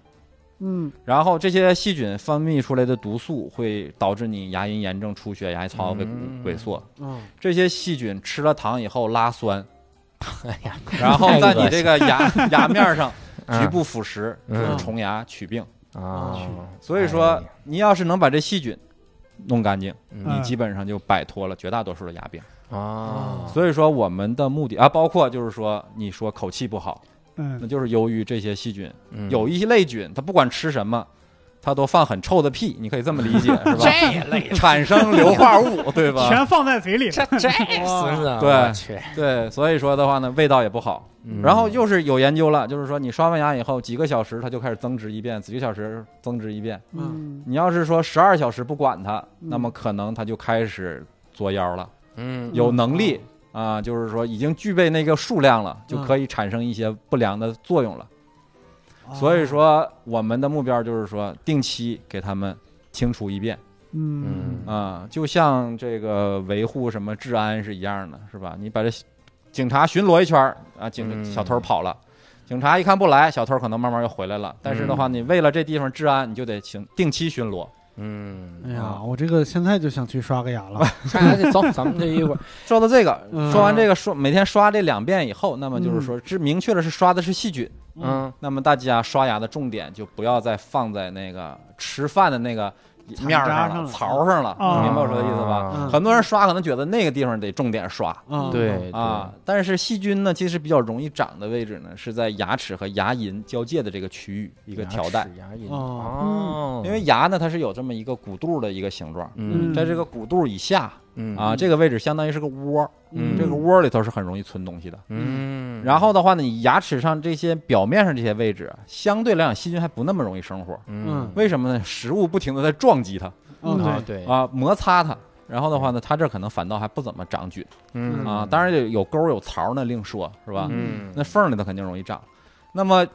嗯然后这些细菌分泌出来的毒素会导致你牙龈炎症、出血、牙槽萎嗯萎缩。哦这些细菌吃了糖以后拉酸， 哎呀，然后在你这个牙牙面上 嗯局部腐蚀，就嗯是虫牙取病。啊，所以哎说呀，你要是能把这细菌弄干净，嗯哎你基本上就摆脱了绝大多数的牙病。啊，所以说，我们的目的啊，包括就是说，你说口气不好，那嗯就是由于这些细菌，嗯有一类菌，它不管吃什么。它都放很臭的屁，你可以这么理 解，是吧？这类产生硫化物，对吧？全放在嘴里 了。这这孙子啊，对我去，对，所以说的话呢，味道也不好。嗯然后又是有研究了，就是说你刷完牙以后几个小时它就开始增殖一遍，几个小时增殖一遍。嗯你要是说十二小时不管它，那么可能它就开始作妖了。嗯有能力啊，就是说已经具备那个数量了，就可以产生一些不良的作用了。所以说我们的目标就是说定期给他们清除一遍。嗯啊，就像这个维护什么治安是一样的，是吧？你把这警察巡逻一圈儿啊，警嗯小偷跑了，警察一看不来，小偷可能慢慢又回来了。但是的话，你为了这地方治安，你就得请定期巡逻。嗯， 哎呀，我这个现在就想去刷个牙了。大家得走，咱们这一会儿，说到这个，嗯说完这个，说每天刷这两遍以后，那么就是说，这明确的是刷的是细菌。嗯那么大家刷牙的重点就不要再放在那个吃饭的那个面儿残渣上了、了槽上了，哦你明白我说的意思吧？嗯很多人刷可能觉得那个地方得重点刷，啊，对啊，，但是细菌呢，其实比较容易长的位置呢，是在牙齿和牙龈交界的这个区域一一个条带，牙龈哦哦，因为牙呢它是有这么一个鼓肚的一个形状，嗯嗯在这个鼓肚以下嗯啊，这个位置相当于是个窝儿，嗯这个窝儿里头是很容易存东西的。嗯，然后的话呢，你牙齿上这些表面上这些位置，相对来讲细菌还不那么容易生活。嗯，为什么呢？食物不停的在撞击它嗯啊对，对，啊，摩擦它。然后的话呢，它这可能反倒还不怎么长菌嗯啊。当然有有沟儿有槽儿呢，另说是吧？嗯，那缝儿里头肯定容易长。那么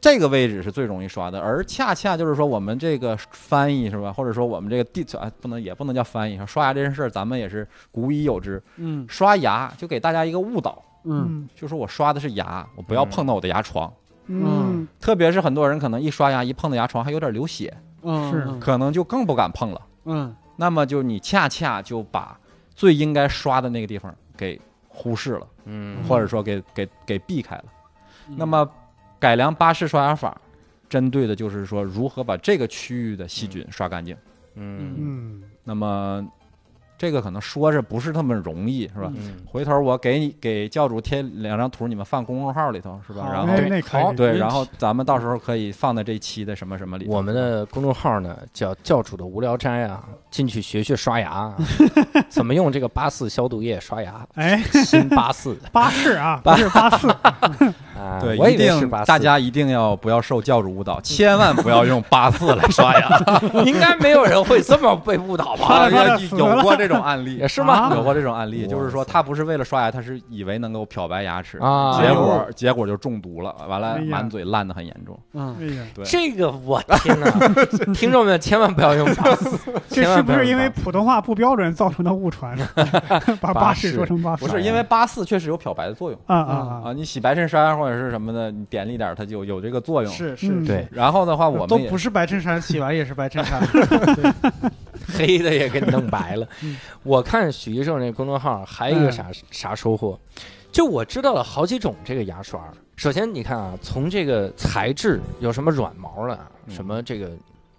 这个位置是最容易刷的，而恰恰就是说我们这个翻译是吧，或者说我们这个地啊，不能也不能叫翻译，刷牙这件事儿咱们也是古已有之。嗯刷牙就给大家一个误导，嗯嗯就说我刷的是牙，我不要嗯碰到我的牙床。嗯特别是很多人可能一刷牙一碰到牙床还有点流血，嗯是嗯可能就更不敢碰了。嗯那么就你恰恰就把最应该刷的那个地方给忽视了，嗯，或者说给给给避开了。嗯那么改良巴氏刷牙法，针对的就是说如何把这个区域的细菌刷干净。嗯嗯那么这个可能说着不是那么容易，是吧？嗯嗯，回头我给你给教主贴两张图，你们放公众号里头是哦吧？好然哎 后那可以好对，题然后咱们到时候可以放在这一期的什么什么里头。我们的公众号呢叫“教主的无聊斋”啊，进去学学刷牙啊，怎么用这个八四消毒液刷牙，哎，新八四巴士啊，不是巴士，啊，对，我一以为是定八四，大家一定要不要受教主误导，千万不要用八四来刷牙， 应该没有人会这么被误导吧刷？着刷着有有过这种案例 啊也。是吗？有过这种案例，哇就是说塞他不是为了刷牙，他是以为能够漂白牙齿， 啊结果结果就中毒了，完了哎呀满嘴烂的很严重。嗯哎呀，对这个我天哪！听众们千万不要用八四，千这是万不要是用因为八四普通话不标准造成的误传？把巴士说成巴士不是因为八四确实有漂白的作用啊啊，啊你洗白衬衫或者是什么的，你点一点它就有这个作用。是嗯 是对然后的话，我都们也不是白衬衫，洗完也是白衬 衫。黑的也给你弄白了嗯。 我看许医生那公众号还有一个啥啥收获，就我知道了好几种这个牙刷。首先你看啊，从这个材质有什么软毛的，嗯什么这个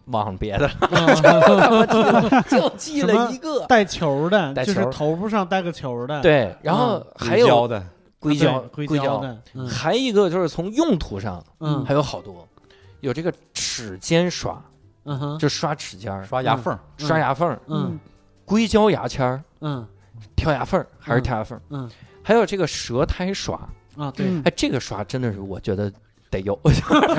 忘了别的了，嗯就记了一个。带球的，带就球是儿头部上带个球的，对，然后还嗯硅胶有嗯的，硅胶，硅硅胶，的，嗯还一个就是从用途上嗯还有好多，有这个齿尖刷，嗯哼，就刷齿尖儿、刷牙缝儿，嗯刷牙缝儿、嗯硅胶牙签儿、嗯挑牙缝儿还是挑牙缝儿，嗯还有这个舌苔刷。啊，对，嗯哎，这个刷真的是我觉得得有，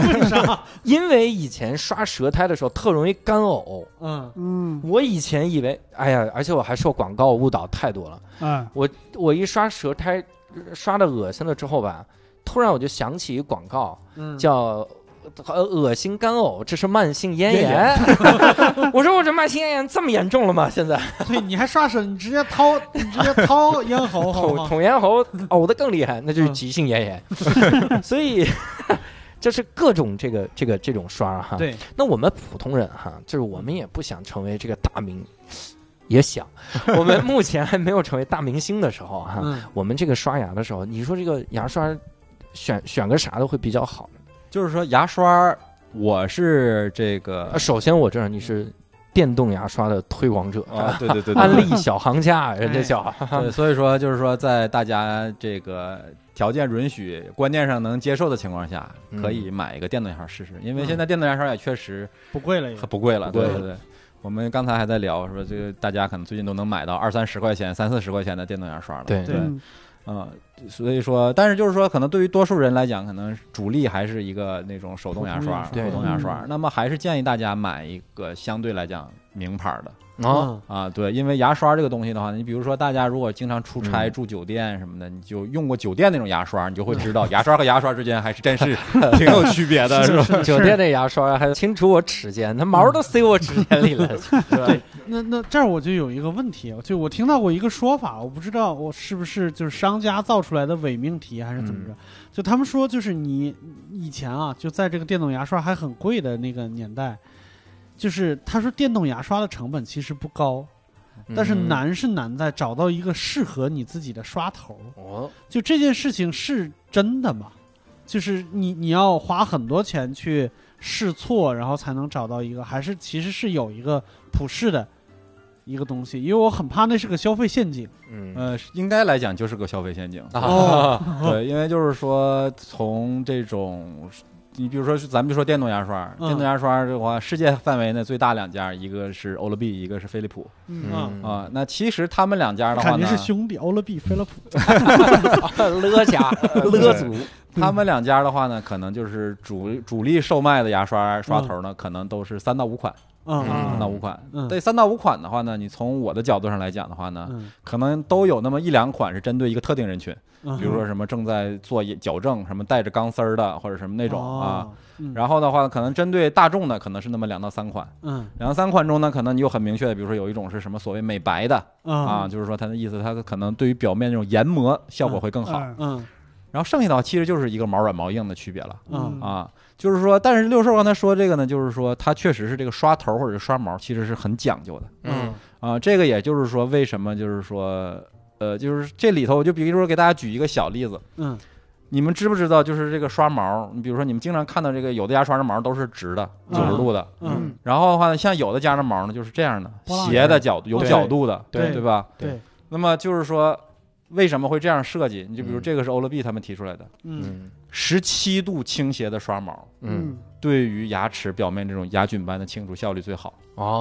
因为以前刷舌苔的时候特容易干呕。嗯嗯我以前以为，哎呀，而且我还受广告误导太多了。啊我一刷舌苔，呃刷的恶心了之后吧，突然我就想起一广告，嗯，叫呃恶心干呕，这是慢性咽咽炎。 我说我这慢性咽炎这么严重了吗？现在对，你还刷手，你直接掏，你直接掏咽喉，好不捅好？捅咽喉呕的更厉害，那嗯就是急性咽炎。 所以 这是各种这个这个这种刷啊哈。对，那我们普通人哈，就是我们也不想成为这个大明，也想， 我们目前还没有成为大明星的时候哈，嗯我们这个刷牙的时候，你说这个牙刷选选个啥的会比较好呢？就是说牙刷儿，我是这个呃首先我知道你是电动牙刷的推广者，哦啊，对对对，对安利小行家，啊人家 叫、对，所以说就是说，在大家这个条件允许、观念上能接受的情况下，嗯可以买一个电动牙刷试试，因为嗯现在电动牙刷也确实不贵了也很，不贵了。不贵对对对，我们刚才还在聊说，这个大家可能最近都能买到二三十块钱、三四十块钱的电动牙刷了。对对嗯嗯，所以说，但是就是说，可能对于多数人来讲，可能主力还是一个那种手动牙刷、普通牙刷手动牙刷对。那么还是建议大家买一个相对来讲名牌的。啊，嗯啊，对，因为牙刷这个东西的话，你比如说大家如果经常出差、嗯住酒店什么的，你就用过酒店那种牙刷，你就会知道牙刷和牙刷之间还是真是嗯 挺有区别的，是吧？酒店那牙刷还清除我齿间，它毛都塞我齿间里了，对吧？那那这儿我就有一个问题，啊就我听到过一个说法，我不知道我是不是就是商家造出来的伪命题还是怎么着？就他们说，就是你以前啊，就在这个电动牙刷还很贵的那个年代，就是他说电动牙刷的成本其实不高，但是嗯难是难在找到一个适合你自己的刷头。哦，就这件事情是真的吗？就是你你要花很多钱去试错，然后才能找到一个，还是其实是有一个普世的一个东西？因为我很怕那是个消费陷阱。嗯呃，应该来讲啊就是个消费陷阱，啊哦对，因为就是说从这种你比如说，咱们就说电动牙刷，嗯电动牙刷的话，世界范围内最大两家，一个是欧乐 B，一个是飞利浦嗯啊，啊。那其实他们两家的话感觉呢，是兄弟，欧乐 B 菲乐普， 勒家勒族，他们两家的话呢，可能就是主主力售卖的牙刷刷头呢，可能都是三到五款，嗯三到五款。嗯这三到五款的话呢，你从我的角度上来讲的话呢，嗯，可能都有那么一两款是针对一个特定人群，嗯比如说什么正在做矫正、什么带着钢丝儿的，或者什么那种啊。，嗯然后的话，可能针对大众的，可能是那么两到三款。嗯两到三款中呢，可能你有很明确的，比如说有一种是什么所谓美白的啊，啊就是说它的意思，它可能对于表面那种研磨效果会更好。嗯嗯然后剩下的话其实就是一个毛软毛硬的区别了嗯啊，就是说，但是六兽刚才说这个呢，就是说它确实是这个刷头或者是刷毛其实是很讲究的嗯啊，这个也就是说为什么就是说呃，就是这里头就比如说给大家举一个小例子，嗯你们知不知道就是这个刷毛，你比如说你们经常看到这个有的牙刷的毛都是直的九十嗯度的，嗯，然后的话呢，像有的家的毛呢就是这样的波浪斜的角度有对角度的，对对吧？对，那么就是说为什么会这样设计？你就比如嗯这个是欧乐 B 他们提出来的。嗯嗯十七度倾斜的刷毛，嗯对于牙齿表面这种牙菌斑的清除效率最好。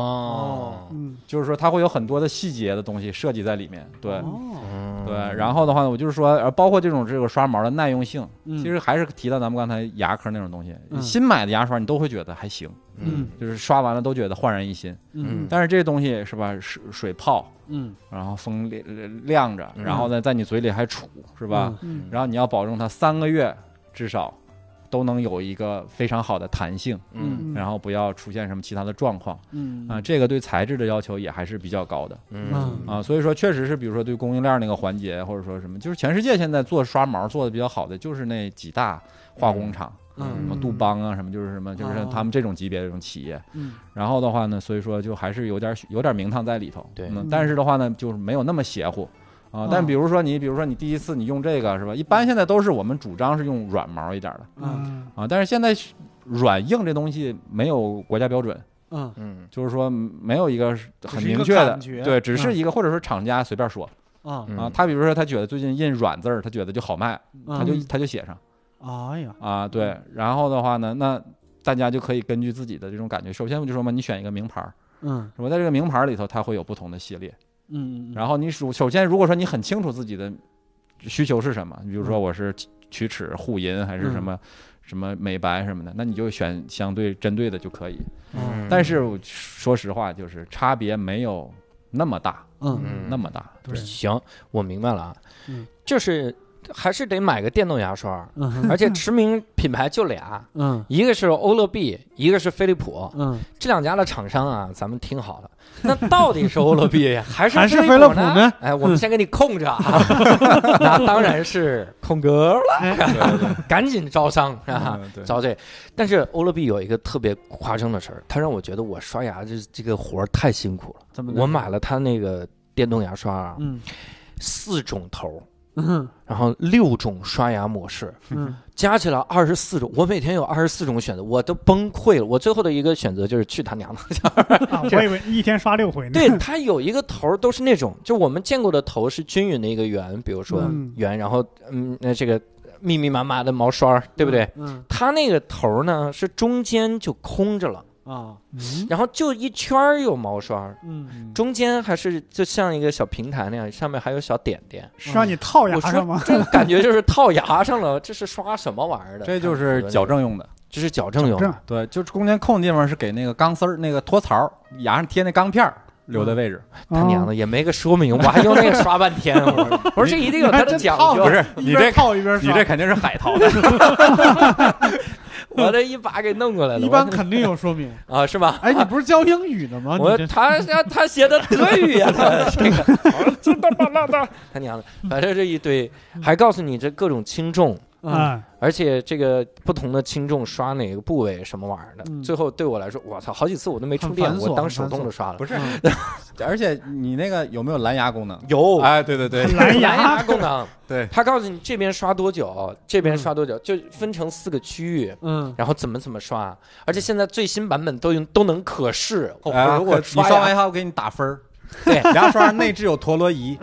哦嗯就是说，它会有很多的细节的东西设计在里面，对、哦，嗯对。然后的话呢，我就是说，呃，包括这种这个刷毛的耐用性，嗯其实还是提到咱们刚才牙科那种东西。嗯新买的牙刷你都会觉得还行，嗯就是刷完了都觉得焕然一新。嗯但是这东西是吧，水水泡，嗯然后风亮亮着，嗯然后呢在你嘴里还杵，是是吧？？嗯然后你要保证它三个月至少都能有一个非常好的弹性，嗯嗯然后不要出现什么其他的状况嗯啊。这个对材质的要求也还是比较高的嗯啊。所以说，确实是比如说对供应链那个环节，或者说什么，就是全世界现在做刷毛做的比较好的，就是那几大化工厂，什嗯哦么杜邦啊，什么就是什么，就是他们这种级别的这种企业。嗯然后的话呢，所以说就还是有点有点名堂在里头。对嗯但是的话呢，就是没有那么邪乎哦啊。但比如说你，比如说你第一次你用这个是吧？一般现在都是我们主张是用软毛一点的嗯嗯啊，但是现在是软硬这东西没有国家标准，嗯嗯就是说没有一个是很只是一个明确的感觉，嗯对，只是一个或者说厂家随便说啊，啊嗯，他比如说他觉得最近印软字儿，他觉得就好卖，他他就他就写上哎呀，啊，对。然后的话呢，那大家就可以根据自己的这种感觉，首先我就说嘛，你选一个名牌儿。嗯我在这个名牌里头，它会有不同的系列。嗯，然后你首首先，如果说你很清楚自己的需求是什么，你比如说嗯我是取取齿护龈还是嗯什么什么美白什么的，那你就选相对针对的就可以。嗯但是我说实话，就是差别没有那么大，嗯嗯那么大。对行，我明白了啊嗯，就是还是得买个电动牙刷，嗯而且驰名品牌就俩。嗯一个是欧乐 B，一个是飞利浦，嗯，这两家的厂商啊，咱们听好了，那到底是欧乐 B 还是还是飞飞利利浦浦呢？呢哎，我们先给你空 着啊，那当然是空格了，哎 赶紧招商啊，嗯对招这。但是欧乐 B 有一个特别夸张的事儿，它让我觉得我刷牙这这个活儿太辛苦了。怎么我买了它那个电动牙刷啊，嗯四种头，嗯然后六种刷牙模式， 嗯加起来二十四种，我每天有二十四种选择，我都崩溃了。我最后的一个选择就是去他娘的！ 啊，我以为一天刷六回呢。对，它有一个头儿都是那种，就我们见过的头是均匀的一个圆，比如说嗯圆，然后嗯，那这个密密麻麻的毛刷儿，对不对？嗯它那个头儿呢是中间就空着了，啊嗯，然后就一圈儿有毛刷儿，嗯中间还是就像一个小平台那样，上面还有小点 点。是让你套牙我上吗说？这个感觉就是套牙上了，这是刷什么玩意儿的？这就是矫，正用的，这是矫正用矫的正。对，就是中间空的地方是给那个钢丝儿、那个托槽儿、牙上贴那钢片儿留的位置。他娘的，哦的也没个说明，我还用那个刷半 天。我说，我说这一定有它的讲究。不是你这套一边你这肯定是海淘的，我这一把给弄过来了。一般哦肯定有说 明。我啊，是吧？哎，你不是教英语的吗？我他他他写的德语呀， 他这个这他妈那那他娘的，反正这一堆，还告诉你这各种轻重，啊，嗯，而且这个不同的轻重刷哪个部位什么玩意儿的，嗯最后对我来说，我操，好几次我都没充很电，繁琐我当很手繁动琐的刷了。不是？ 嗯而且你那个有没有蓝牙功能？有哎，对对对，蓝哦蓝牙牙功能，对他告诉你这边刷多久，这边刷多久，就分成四个区域，嗯然后怎么怎么啊刷，而且现在最新版本都用都能可视。我哎如果可你刷刷完牙以后，我给你打分儿，对，牙刷内置有陀螺仪，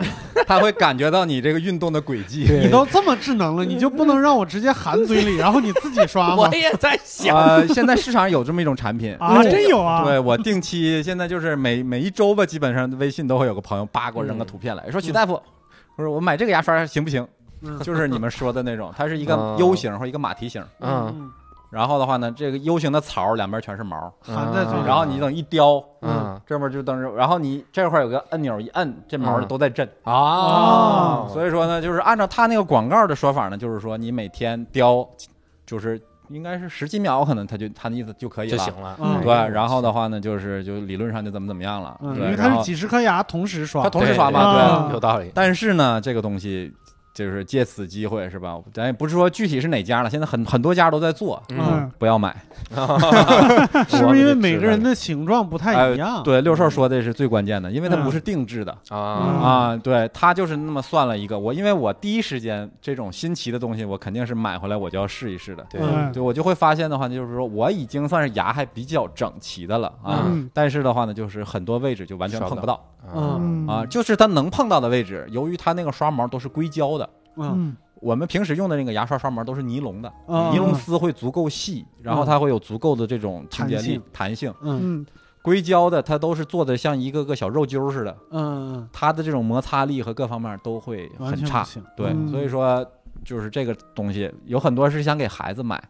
它会感觉到你这个运动的轨迹。你都这么智能了，你就不能让我直接含嘴里，然后你自己刷吗我？也在想，呃，现在市场上有这么一种产品，啊，真有啊！对我定期现在就是每每一周吧，基本上微信都会有个朋友叭给我扔嗯个图片来，说许大夫，我说我买这个牙刷行不行？嗯就是你们说的那种，它是一个哦 U 型或一个马蹄形，嗯，，然后的话呢，这个 U 型的槽儿两边全是毛，含在嘴嗯里，然后你等一叼，嗯这边就等着，然后你这块儿有个按钮一摁，这毛儿嗯都在震。哦，所以说呢，就是按照他那个广告的说法呢，就是说你每天叼，就是应该是十几秒，可能他就他的意思就可以就了。行了。嗯对，然后的话呢，就是就理论上就怎么怎么样了，嗯，因对，为它然后是几十颗牙同时刷他，同时刷对对嘛，啊有道理。但是呢，这个东西就是借此机会是吧？咱也不是说具体是哪家了，现在很很多家都在做，嗯，不要买。嗯是不是因为每个人的形状不太一样？哎对，六兽说的是最关键的，因为它嗯不是定制的，啊？啊，对他就是那么算了一个我，因为我第一时间这种新奇的东西，我肯定是买回来我就要试一试的。对嗯对，我就会发现的话呢，就是说我已经算是牙还比较整齐的了啊，嗯但是的话呢，就是很多位置就完全少碰的不到嗯嗯啊，就是它能碰到的位置，由于它那个刷毛都是硅胶的，嗯，嗯我们平时用的那个牙刷刷毛都是尼龙的，嗯尼龙丝会足够细，然后它会有足够的这种清洁力弹性弹性，嗯嗯硅胶的它都是做的像一个个小肉揪似的，嗯嗯，它的这种摩擦力和各方面都会完很全差不。行，对，嗯所以说就是这个东西有很多是想给孩子买，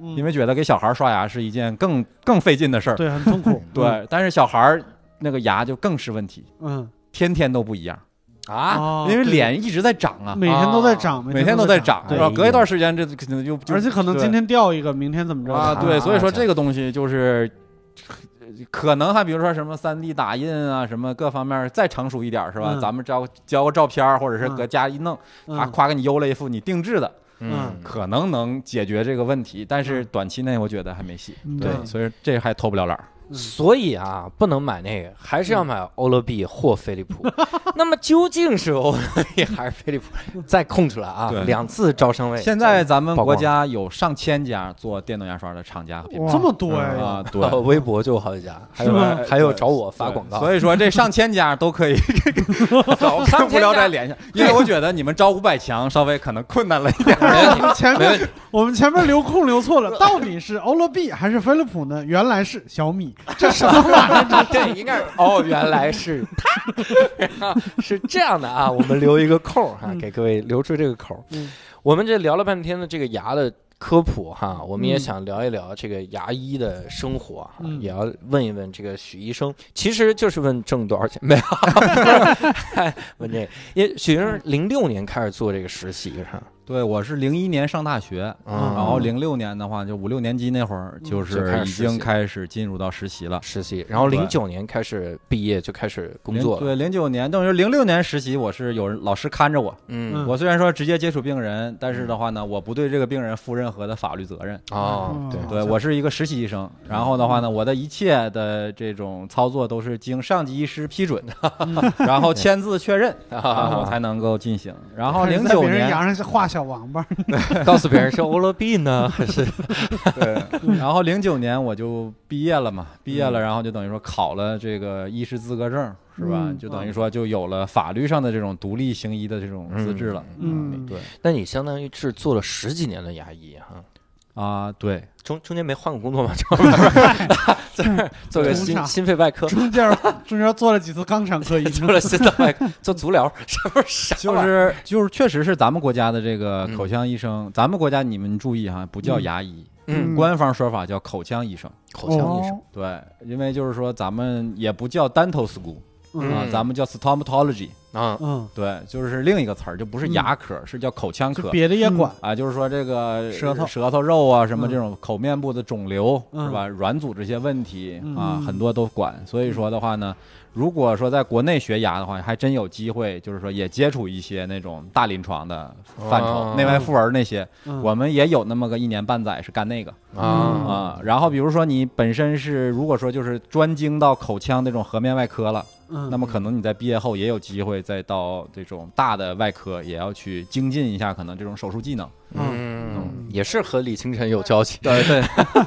嗯因为觉得给小孩刷牙是一件更更费劲的事儿。，对嗯很痛苦对，但是小孩儿那个牙就更是问题，嗯天天都不一样啊，哦因为对嗯脸一直在长啊，每天都在长，每天都在哎在长，对是吧？对隔一段时间这可能就就而且可能对今天掉一个，明天怎么着啊，对，所以说啊这个东西就是。可能还比如说什么三 D 打印啊，什么各方面再成熟一点儿是吧？嗯咱们交交个照片儿，或者是嗯搁家一弄，啊，嗯夸给你邮了一副你定制的，嗯，可能能解决这个问题，但嗯是短期内我觉得还没戏。嗯对，对所以这还偷不了懒儿。所以啊，不能买那个，还是要买欧乐 B 或飞利浦。那么究竟是欧乐 B 还是飞利浦？再空出来啊对，两次招商位。现在咱们曝国光家有上千家做电动牙刷的厂家和品哇这么多牌呀， 啊，呃对。微博就有好几家，还有是吗还有找我发广告。所以说这上千家都 可以找上千无聊家斋联系，因为我觉得你们招五百强稍微可能困难了一点。我们前没面 我们前面留空留错了， 到底是欧乐 B 还是飞利浦呢？原来是小米，这什么玩意儿？对，应该是哦，原来是他，是这样的啊。我们留一个空儿哈、嗯给各位留出这个口儿。嗯我们这聊了半天的这个牙的科普哈，我们也嗯想聊一聊这个牙医的生活哈，嗯也要问一问这个许医生，其实就是问挣多少钱没有？问这个，因为许医生零六年开始做这个实习是吧？对，我是零一年上大学，嗯，然后哦零六年的话，就五六年级那会儿，嗯就就开是始已实习经开始进入到实习了。实习，然后对零九年开始毕业就开始工零作了。对，零九年，等于零六年实习，我是有人老师看着我，嗯嗯我虽然说直接接触病人，但是的话呢，我不对这个病人负任何的法律责任。哦，对，对我是一个实习医生，然后的话呢，我的一切的这种操作都是经上级医师批准，嗯 然后签字确认，啊啊然 后我才能够进行。然后开始哦零在九别人年，牙上画小王八，告诉别人是欧乐 B 呢，还是对，然后零九年我就毕业了嘛，毕业嗯了，然后就等于说考了这个医师资格证，是吧嗯？就等于说就有了法律上的这种独立行医的这种资质了。啊嗯对那你相当于是做了十几年的牙医哈，啊，对，中中间没换过工 作吗？这 儿做个中心场心肺外科， 中间 中间做了几次肛肠科 医 生做，了心脏外科， 做足疗，什么啥就玩意儿啊是就是，确实是咱们国家的这个嗯口腔医生，咱们国家你们注意哈，不叫牙医，嗯，官方说法叫口腔医生。口腔医生，对，因为就是说咱们也不叫 dental school 啊，嗯咱们叫 stomatology，啊，嗯，对，就是另一个词儿，就不是牙科，是叫口腔就科。别的也管，啊，就是说这个舌头舌头肉啊，什么嗯这种口面部的肿瘤、嗯是吧？软组织些问题啊，嗯很多都管。所以说的话呢，如果说在国内学牙的话，还真有机会，就是说也接触一些那种大临床的范畴，哦内外妇儿那些，嗯我们也有那么个一年半载是干那个、啊啊。然后比如说你本身是如果说就是专精到口腔那种颌面外科了，嗯，那么可能你在毕业后也有机会再到这种大的外科，也要去精进一下可能这种手术技能。嗯，也是和李清晨有交集。对对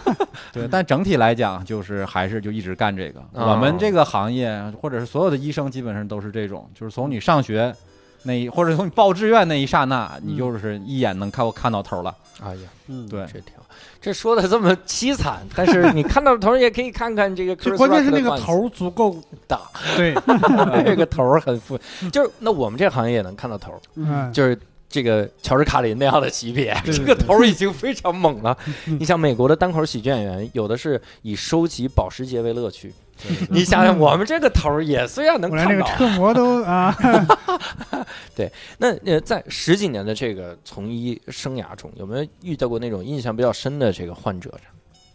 对，但整体来讲，就是还是就一直干这个。啊我们这个行业，或者是所有的医生，基本上都是这种，就是从你上学那一，或者从你报志愿那一刹那，你就是一眼能看我看到头了。哎呀，嗯，对，这挺好这说的这么凄惨，但是你看到头儿也可以看看这个 Chris Rock 的段就子，关键是那个头足够大，对， 这个头儿很富，就是那我们这行业也能看到头儿，嗯，就是这个乔治卡林那样的级别，对这个对头儿已经非常猛了。嗯你想，美国的单口喜剧演员有的是以收集保时捷为乐趣，你想想我们这个头儿也虽然能我连看那个到，车模都啊，那呃，在十几年的这个从医生涯中，有没有遇到过那种印象比较深的这个患者？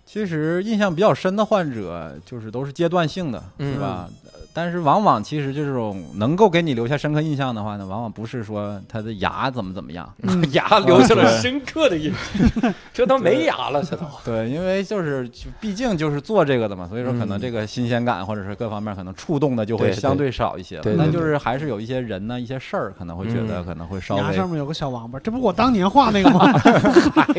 其实印象比较深的患者，就是都是阶段性的，嗯是吧？呃但是往往其实这种能够给你留下深刻印象的话呢，往往不是说他的牙怎么怎么样，嗯 牙留下了对深刻的印记，这都没牙了，这都。对，因为就是就毕竟就是做这个的嘛，所以说可能嗯这个新鲜感或者是各方面可能触动的就对会对相对少一些了对对但对就是还是有一些人呢，一些事儿可能会觉得嗯可能会稍牙微上面有个小王八，这不我当年画那个吗？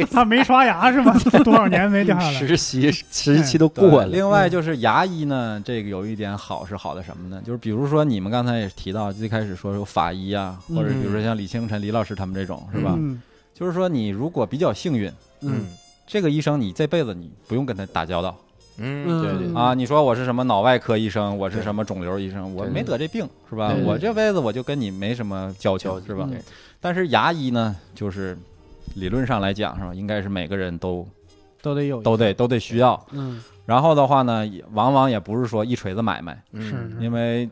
他没刷牙是吗？多少年没掉下来？实习实习都对过了，嗯另外就是牙医呢，这个有一点好是好的什么呢？就是比如说你们刚才也提到，最开始说有法医啊，或者比如说像李清晨、李老师他们这种，是吧？嗯，就是说你如果比较幸运，嗯这个医生你这辈子你不用跟他打交道。嗯，对对嗯啊，你说我是什么脑外科医生，我是对什么肿瘤医生，我对没得这病是吧对对？对我这辈子我就跟你没什么交情交集是吧对？但是牙医呢，就是理论上来讲是吧，应该是每个人都都得有一个，都得都得需要。嗯然后的话呢，也往往也不是说一锤子买卖，嗯是因为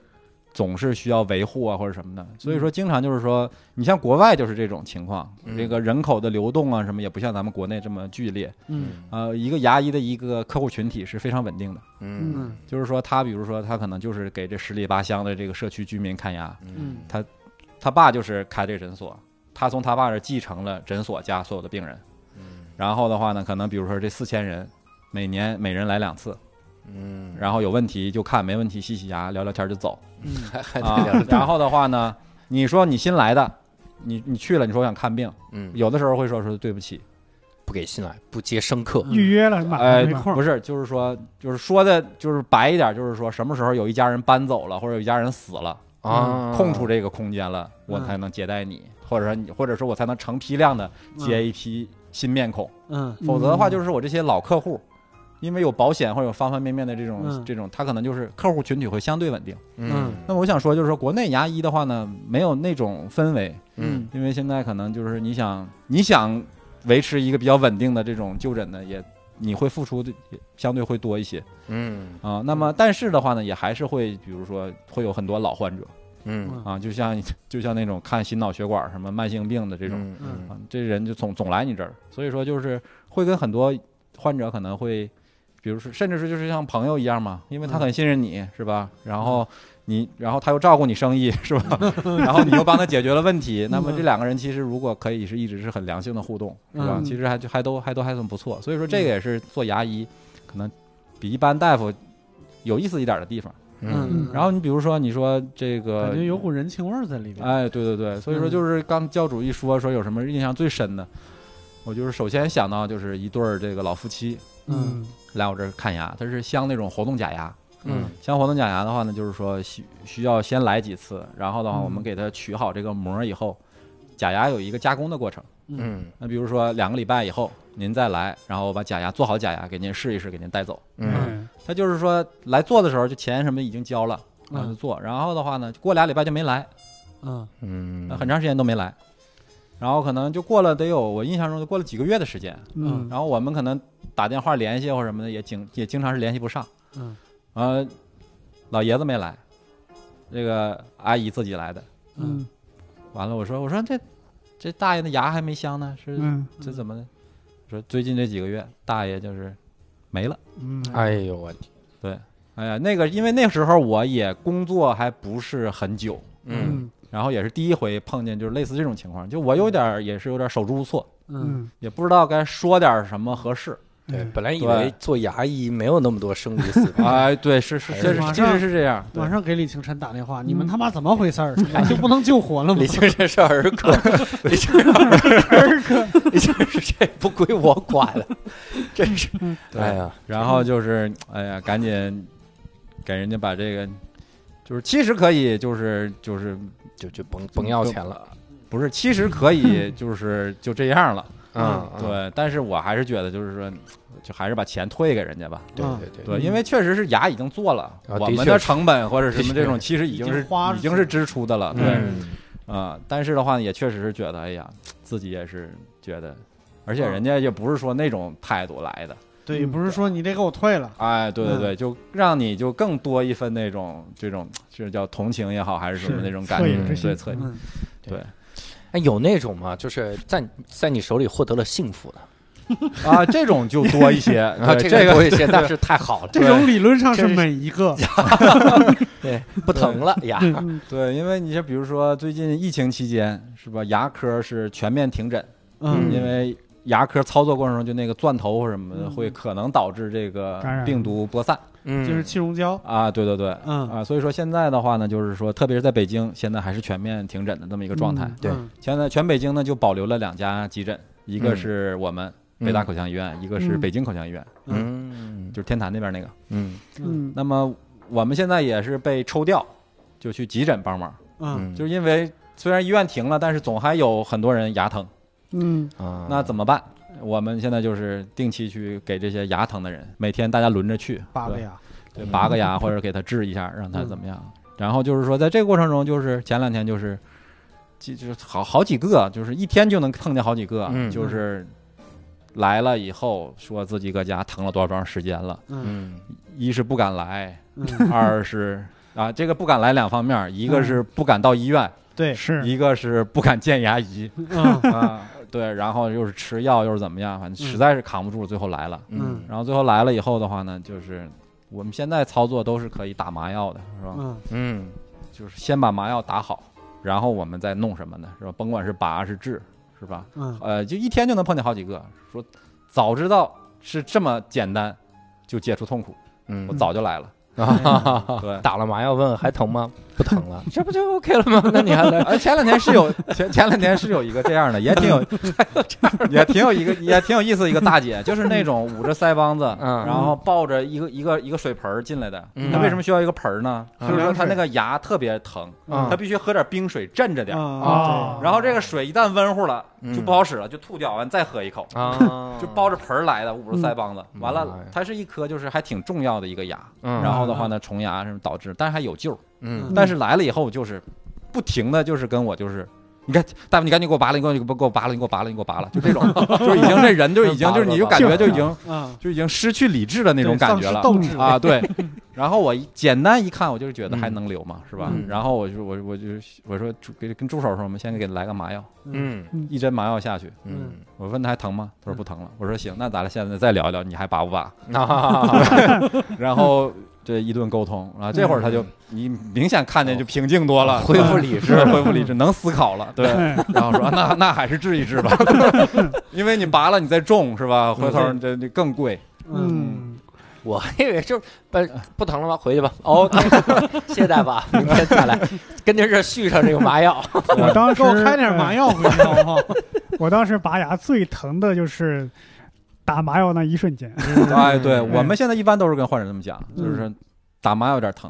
总是需要维护啊或者什么的，所以说经常就是说，你像国外就是这种情况，嗯这个人口的流动啊什么也不像咱们国内这么剧烈。嗯呃，一个牙医的一个客户群体是非常稳定的。嗯嗯就是说，他比如说，他可能就是给这十里八乡的这个社区居民看牙，嗯他爸就是开这个诊所，他从他爸这儿继承了诊所加所有的病人。嗯然后的话呢，可能比如说这四千人，每年每人来两次，嗯，然后有问题就看，没问题洗洗牙，聊聊天就走嗯还还啊得聊。然后的话呢，你说你新来的，你你去了，你说我想看病，嗯，有的时候会说说对不起，不给信来，不接生客。预约了，马哎上没，空不。是，就是说，就是说的，就是白一点，就是说什么时候有一家人搬走了，或者有一家人死了。啊，空出这个空间了，我嗯才能接待你，或者说你，或者说我才能成批量的接一批新面孔，嗯嗯否则的话就是我这些老客户，因为有保险或者有方方面面的这种、嗯这种，他可能就是客户群体会相对稳定。嗯那么我想说，就是说国内牙医的话呢，没有那种氛围，嗯嗯因为现在可能就是你想你想维持一个比较稳定的这种就诊呢，也你会付出的也相对会多一些嗯啊。那么但是的话呢，也还是会比如说会有很多老患者。嗯，啊，就像就像那种看心脑血管什么慢性病的这这种，嗯啊，这人就总总来你这儿，所以说就是会跟很多患者可能会，比如说甚至是就是像朋友一样嘛，因为他嗯很信任你是吧？然后你然后他又照顾你生意是吧？ 然后你又帮他解决了问题，那么这两个人其实如果可以是一直是很良性的互动是吧嗯？其实还就还都还都还算不错，所以说这个也是做牙医可能比一般大夫有意思一点的地方。嗯然后你比呃如说你说这个感觉有股人情味儿在里边。哎，对对对，所以嗯说就是刚教主一说说有什么印象最深的，我就是首先想到就是一对儿这个老夫妻嗯嗯来我这儿看牙，他是镶那种活动假牙，嗯镶活动假牙的话呢，就是说需需要先来几次，然后的话嗯我们给它取好这个膜儿以后，假牙有一个加工的过程，嗯那比如说两个礼拜以后您再来，然后我把假牙做好假牙给您试一试，给您带走。嗯他就是说来做的时候就钱什么已经交了，然后就嗯做，然后的话呢过俩礼拜就没来。嗯嗯那呃很长时间都没来，然后可能就过了得有我印象中就过了几个月的时间，嗯然后我们可能打电话联系或什么的也经也经常是联系不上，嗯呃，老爷子没来，这个阿姨自己来的，嗯嗯完了我说我说这这大爷的牙还没镶呢，是、嗯这怎么的？我说最近这几个月大爷就是没了。嗯，哎呦我天，哎呀，那个，因为那时候我也工作还不是很久，嗯然后也是第一回碰见就是类似这种情况，就我有点儿也是有点儿手足无措，嗯嗯 也不知道该说点什么合适。对嗯，本来以对为做牙医没有那么多生离死 别，哎，对，是是，哎这马是上其实是这样。对马上给李清晨打电话，你们嗯他妈怎么回事 儿？就不能救活了吗李？清这是儿 科，李清是儿科，李清是这不归我管了，真 是，对哎呀，然后就是，哎呀，赶紧给人家把这个，就是其实可以，就是就是就就甭甭要钱了，不是，其实 可以，就是就这样了。嗯，嗯对，但是我还是觉得，就是说，就还是把钱退给人家吧。对嗯对对对，嗯因为确实是牙已经做了，啊我的们确的是成本或者什的么确这种，其实已经已是经花已经出是去支出的了。对，嗯啊、但是的话呢，也确实是觉得，哎呀，自己也是觉得，而且啊人家也不是说那种态度来的，对，不是说你得给我退了，哎，对对嗯对，就让你就更多一份那种这种这叫同情也好，还是什么是那种感恻觉隐，之心对，恻隐嗯，哎，有那种吗？就是在在你手里获得了幸福的，啊，这种就多一些，然后对啊个多呃个一些，但是太好了，这种理论上是每一 个，嗯对，不疼嗯了牙，对，因为你像比如说最近疫情期间是吧，牙科是全面停诊，嗯因为。牙科操作过程中，就那个钻头或什么的，嗯会可能导致这个感染病毒播散嗯就是气溶胶，啊！对对对，嗯，啊，所以说现在的话呢，就是说，特别是在北京，现在还是全面停诊的这么一个状态。对嗯现在全北京呢就保留了两家急诊，一个嗯是我们北大口腔医院，一个是嗯北京口腔医院，嗯就是天坛那边那个。嗯嗯嗯那么我们现在也是被抽调，就去急诊帮忙，嗯，啊就是是因为虽然医院停了，但是总还有很多人牙疼，嗯，啊，那怎么办？我们现在就是定期去给这些牙疼的人，每天大家轮着去拔对个牙，对，拔个牙或者给他治一下，让他怎么样。然后就是说，在这个过程中，就是前两天就是，就就是好好几个，就是一天就能碰见好几个，嗯就是来了以后说自己搁家疼了多少多长时间了，嗯嗯一是不敢来，嗯，二是。啊，这个不敢来两方面，一个是不敢到医院，对，是一个是不敢见牙医嗯啊， 对，然后又是吃药又是怎么样，反正实在是扛不住，最后来了。嗯然后最后来了以后的话呢，就是我们现在操作都是可以打麻药的，是吧？嗯嗯就是先把麻药打好，然后我们再弄什么呢？是吧？甭管是拔是治，是吧？ 嗯，呃，就一天就能碰见好几个，说早知道是这么简单，就解除痛苦，嗯我早就 来了。啊，。对打了麻药问还疼吗？不疼了， 这不就 OK 了吗？那你还 来？呃，前两天是有前前两天是有一个这样的，也 挺有，也挺有一个也挺有意思的一个大姐，就是那种捂着腮帮子， 嗯 然后抱着一个一个一个水盆儿进来的。嗯她为什么需要一个盆儿呢？嗯就是说她那个牙特别疼，嗯她必须喝点冰水镇着点儿。啊，然后这个水一旦温乎了，嗯就不好使了，就吐掉，完再喝一口，啊，就包着盆儿来的，捂着腮帮子。嗯完妈了呀，它是一颗就是还挺重要的一个牙，嗯，然后的话呢，虫牙什么导致，但是还有救。嗯但是来了以后就是不停的就是跟我就是。你看，大夫，你赶紧给我拔了，你给我你给我拔了，你给我拔了，你给我拔了，就这种，就是已经这人就已经就是你就感觉就已经对啊，就已经失去理智的那种对丧感觉失了，斗志啊，对。然后我一简单一看，我就是觉得还嗯能留嘛，是吧？嗯然后我就我我就我说助给跟助手说，我们先给来个麻药，嗯一针麻药下去。嗯，我问他还疼吗？他说不疼了。我说行，那咱俩现在再聊一聊，你还拔不拔？那然后这一顿沟通，然后这会儿他就你明显看见就平静多了，啊恢复 理智是，恢复理智，能思考了，对。哎然后说那那还是治一治吧，因为你拔了你再种是吧？回头这这更贵。嗯，嗯，我还以为就是不嗯不疼了吗？回去吧。哦，谢谢大夫啊，明天再来，跟您这续上这个麻 药。我当时给我开点麻药回去好不好？哎 我当时拔牙最疼的就是打麻药那一瞬间， 哎，嗯对，我们现在一般都是跟患者这么讲，就是打麻药有点疼，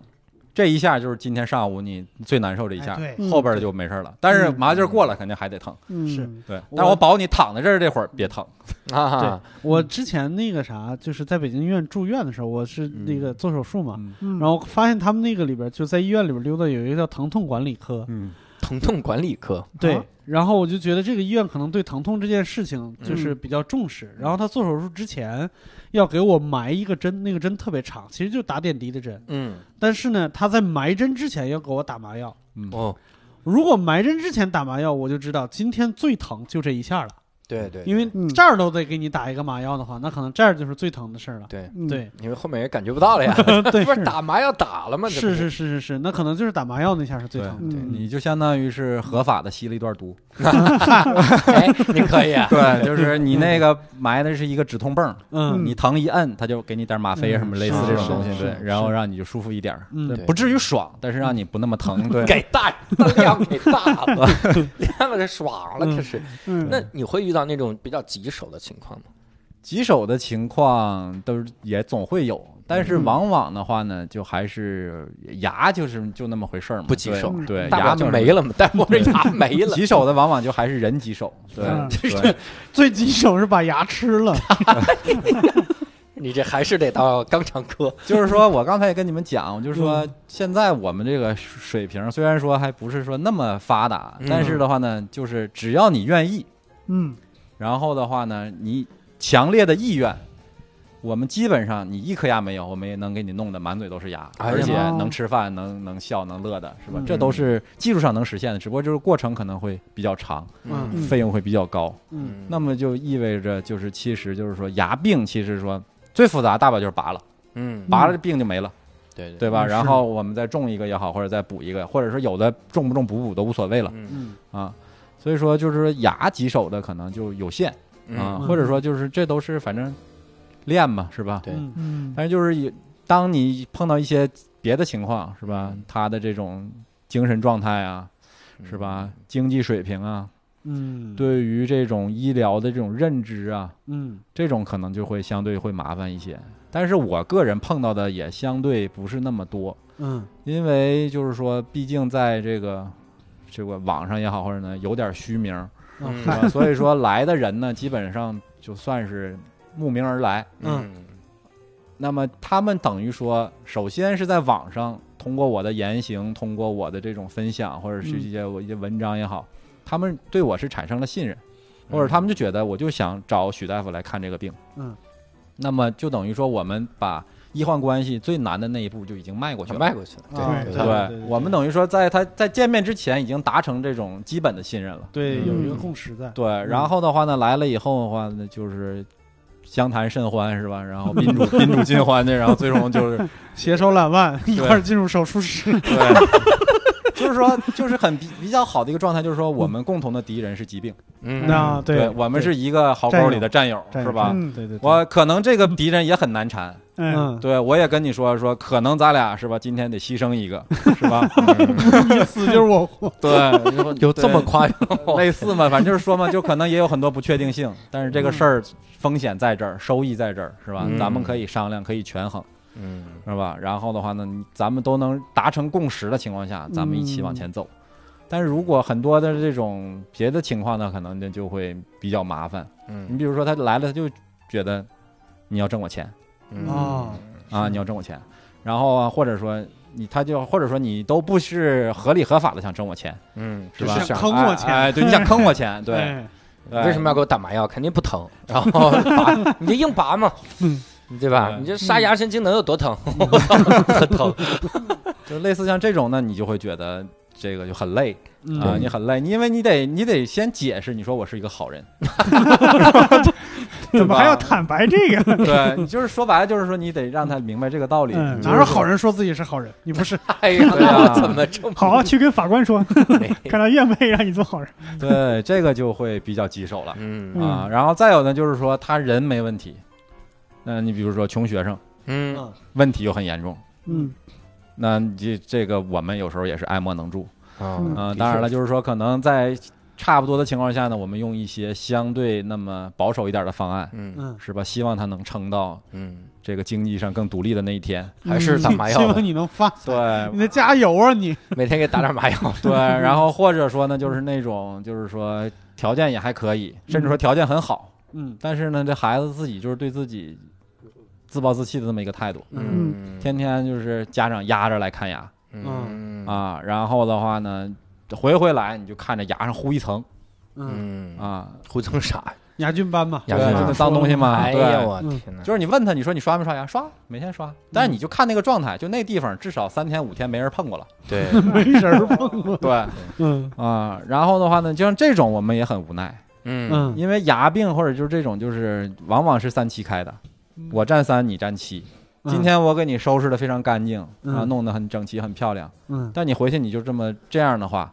这一下就是今天上午你最难受这一下哎，对，嗯嗯后边的就没事了。但是麻劲儿过了肯定还得疼， 嗯是对。我但我保你躺在这儿这会儿别疼，啊，我之前那个啥，就是在北京医院住院的时候，我是那个做手术嘛，嗯，然后发现他们那个里边儿就在医院里边儿溜达有一个叫疼痛管理科，嗯，疼痛管理科，对，啊然后我就觉得这个医院可能对疼痛这件事情就是比较重视。然后他做手术之前要给我埋一个针，那个针特别长，其实就打点滴的针。嗯，但是呢，他在埋针之前要给我打麻药。哦，如果埋针之前打麻药，我就知道今天最疼就这一下了。对对，因为嗯这儿都得给你打一个麻药的话，那可能这儿就是最疼的事儿了。对，嗯，对，因为后面也感觉不到了呀， 对，不是是打麻药打了吗？这不是是是是是，那可能就是打麻药那下是最对疼的。嗯你就相当于是合法的吸了一段毒。哎，你可以啊，对， 就是你那个埋的是一个止痛泵， 嗯你疼一摁，它就给你点吗啡什么类似这种东西，嗯是对是，是然后让你就舒服一点儿，嗯对对不至于爽，但是让你不那么疼，对。给大那量给大了，量给爽了，嗯这是。嗯，那你会遇到那种比较棘手的情况吗？棘手的情况都是也总会有，但嗯是往往的话呢，就还是牙就是就那么回事儿嘛，不棘手嗯对对，大不呃牙了就没了。了嘛，但我这牙没了，棘手的往往就还是人棘手，对嗯，对 最棘手是把牙吃了。你这还是得到肛肠科。 就是说我刚才也跟你们 讲，我就说嗯现在我们这个水平虽然说还不是说那么发达，嗯但是的话呢，就是只要你愿意，嗯然后的话呢，你强烈的意愿，我们基本上你一颗牙没有，我们也能给你弄得满嘴都是牙，哎呀而且妈能吃饭、能能笑、能乐的，是吧嗯？这都是技术上能实现的，只不过就是过程可能会比较长，嗯费用会比较高。嗯嗯，那么就意味着就是其实就是说牙病，其实说最复杂大不了就是拔了，嗯，拔了病就没了，对对吧？嗯是然后我们再种一个也好，或者再补一个，或者说有的种不种补补都无所谓了嗯嗯啊。所以说就是说牙棘手的可能就有限。嗯啊，嗯或者说就是这都是反正练嘛，是吧？对嗯嗯但是就是也当你碰到一些别的情况，是吧？他的这种精神状态啊，嗯是吧？？经济水平啊，嗯，对于这种医疗的这种认知啊，嗯这种可能就会相对会麻烦一些。但是我个人碰到的也相对不是那么多，嗯因为就是说，毕竟在这个这个网上也好，或者呢有点虚名，嗯是吧？所以说来的人呢，基本上就算是慕名而来。嗯那么他们等于说，首先是在网上通过我的言行，通过我的这种分享，或者是一些我一些文章也好，嗯他们对我是产生了信任，或者他们就觉得我就想找许大夫来看这个病。嗯，那么就等于说我们把医患关系最难的那一步就已经迈过去嗯全了。卖过去了，啊对对对对对我们等于说在他在见面之前已经达成这种基本的信任了。 对，嗯有一个共识在。对，然后的话呢，来了以后的话呢，就是相谈甚欢是吧？然后宾主宾主尽欢的，然后最终就是携手揽腕，一块儿进入手术室。对， 就是说就是很比比较好的一个状态，就是说我们共同的敌人是疾病，嗯 那啊对我们是一个壕沟里的战友战友是吧？嗯对对，对我可能这个敌人也很难缠，嗯嗯，对我也跟你说说，可能咱俩是吧，今天得牺牲一个，是吧？ 你死 就是我 活。对，有这么夸张？ 类似嘛，反正就是说嘛，就可能也有很多不确定性，但是这个事儿风险在这儿，收益在这儿，是吧？嗯咱们可以商量，可以权衡，嗯是吧？然后的话呢，你咱们都能达成共识的情况嗯下，咱们一起往前走。但是如果很多的这种别的情况呢，可能那就会比较麻烦。 你嗯比如说他来了，他就觉得你要挣我钱哦，啊，你要挣我钱，然后啊，或者说你他就或者说你都不是合理合法的想挣我钱，嗯，是就吧？想坑我哎钱哎，对，你想坑我钱，对。 哎，对为什么要给我打麻药？肯定不疼，然后拔，你就硬拔嘛，嗯对吧？对你这杀牙神经能有多疼？我操，很疼。就类似像这种呢，你就会觉得这个就很累嗯啊，你很累，你因为你得你得先解释，你说我是一个好人，怎么还要对吧坦白这个？对你就是说白了就是说你得让他明白这个道理，嗯就是哪有好人说自己是好人？你不是。哎呀，对啊那我怎么这么 好，去跟法官 说，美？看他愿不愿意让你做好人。对这个就会比较棘手了嗯啊。然后再有呢，就是说他人没问题，那你比如说穷学生嗯问题又很严重，嗯那你这这个我们有时候也是爱莫能助嗯啊。当然了，，就是说可能在差不多的情况下呢，我们用一些相对那么保守一点的方案，嗯嗯，是吧？希望他能撑到嗯，这个经济上更独立的那一天。还是打麻嗯希药吧望，你能发，对你得加油啊你！ 每天给打点麻药。对，然后或者说呢，就是那种就是说条件也还可以，甚至说条件很好，嗯但是呢，这孩子自己就是对自己自暴自弃的这么一个态度，嗯，天天就是家长压着来看牙嗯，啊，然后的话呢。回回来你就看着牙上糊一层嗯，嗯啊，啊，胡腾啥？牙菌斑嘛，啊牙对菌就斑那脏东西嘛，哎呀，啊对，我嗯天哪！就是你问他，你说你刷没刷牙？刷，每天嗯刷。但是你就看那个状态，就那地方至少三天五天没人碰过了，对，没人儿碰过。对，嗯啊、然后的话呢，就像这种我们也很无奈，嗯嗯，因为牙病或者就是这种，就是往往是三七开的，嗯我占三，你占七。今天我给你收拾的非常干净啊，嗯弄得很整齐、很漂亮。嗯但你回去你就这么这样的话，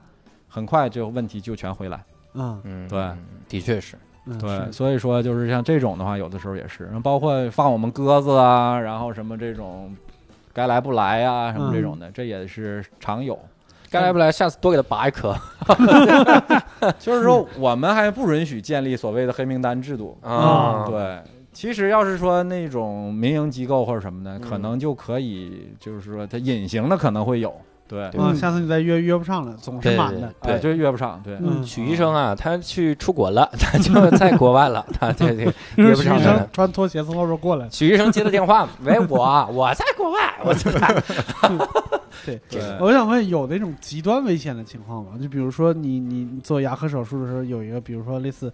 很快这个问题就全回来。嗯嗯，对嗯，的确是，嗯，对，是所以说就是像这种的话，有的时候也是，包括放我们鸽子啊，然后什么这种，该来不来呀、什么这种嗯的，这也是常 有。该来不来，下次多给他拔一颗。就是说，我们还不允许建立所谓的黑名单制嗯度。嗯啊对，其实要是说那种民营机构或者什么嗯的，可能就可以，就是说它隐形的可能会有，对，对嗯，下次你再约约不上了，总对对是满对的。哎对，就约不上，对，嗯，许医生啊，他去出国了，他就在国外了，他对对，因约为不许上医了生。穿拖鞋从欧洲过来，许医生接的电话，喂，我啊我在国外，我在对。对，我想问，有那种极端危险的情况吗？就比如说你你做牙科手术的时候，有一个比如说类似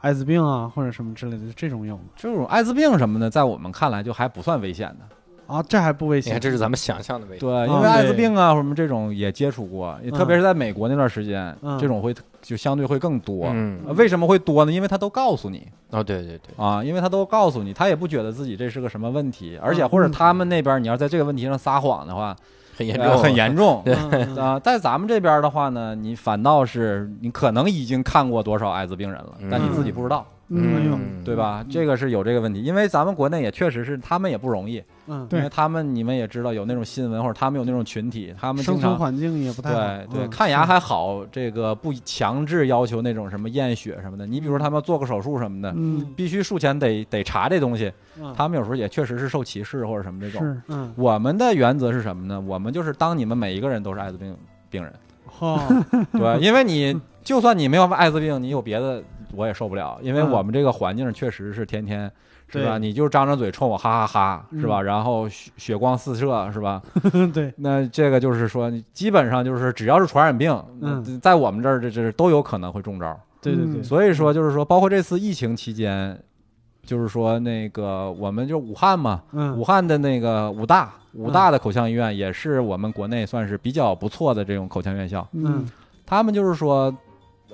艾滋病啊或者什么之类的，就这种有吗？这种艾滋病什么的，在我们看来就还不算危险的。啊，这还不危你险看，？这是咱们想象的危险。嗯对，因为艾滋病啊什么这种也接触过，也特别是在美国那段时间，嗯这种会就相对会更多。嗯，呃为什么会多呢？因为他都告诉你哦，对对对，啊，因为他都告诉你，他也不觉得自己这是个什么问题，而且嗯或者他们那边你要在这个问题上撒谎的话，很严呃重，很。严重对嗯嗯啊。在咱们这边的话呢，你反倒是你可能已经看过多少艾滋病人了，但你自己不知道，嗯，对？吧嗯？这个是有这个问题，因为咱们国内也确实是他们也不容易，嗯，对因为他们你们也知道有那种新闻，或者他们有那种群体，他们生经存常环境也不太好对。对，嗯看牙还好，这个不强制要求那种什么验血什么的。你比如说他们要做个手术什么的，嗯，必须术前得得查这东西。嗯他们有时候也确实是受歧视或者什么这种。是嗯，我们的原则是什么呢？我们就是当你们每一个人都是艾滋病病人，哦，对，因为你就算你没有艾滋病，你有别的我也受不了，因为嗯我们这个环境确实是天天。是吧？对嗯你就张张嘴冲我哈哈哈，是吧？然后血血光四射，是吧？ 对， 那这个就是说，你基本上就是只要是传染病，嗯那在我们这儿这这都有可能会中招。对对嗯对，所以说，就是说，包括这次疫情期间，就是说那个我们就武汉嘛，嗯，武汉的那个武大，武大的口腔医院也是我们国内算是比较不错的这种口腔院校。嗯嗯他们就是说，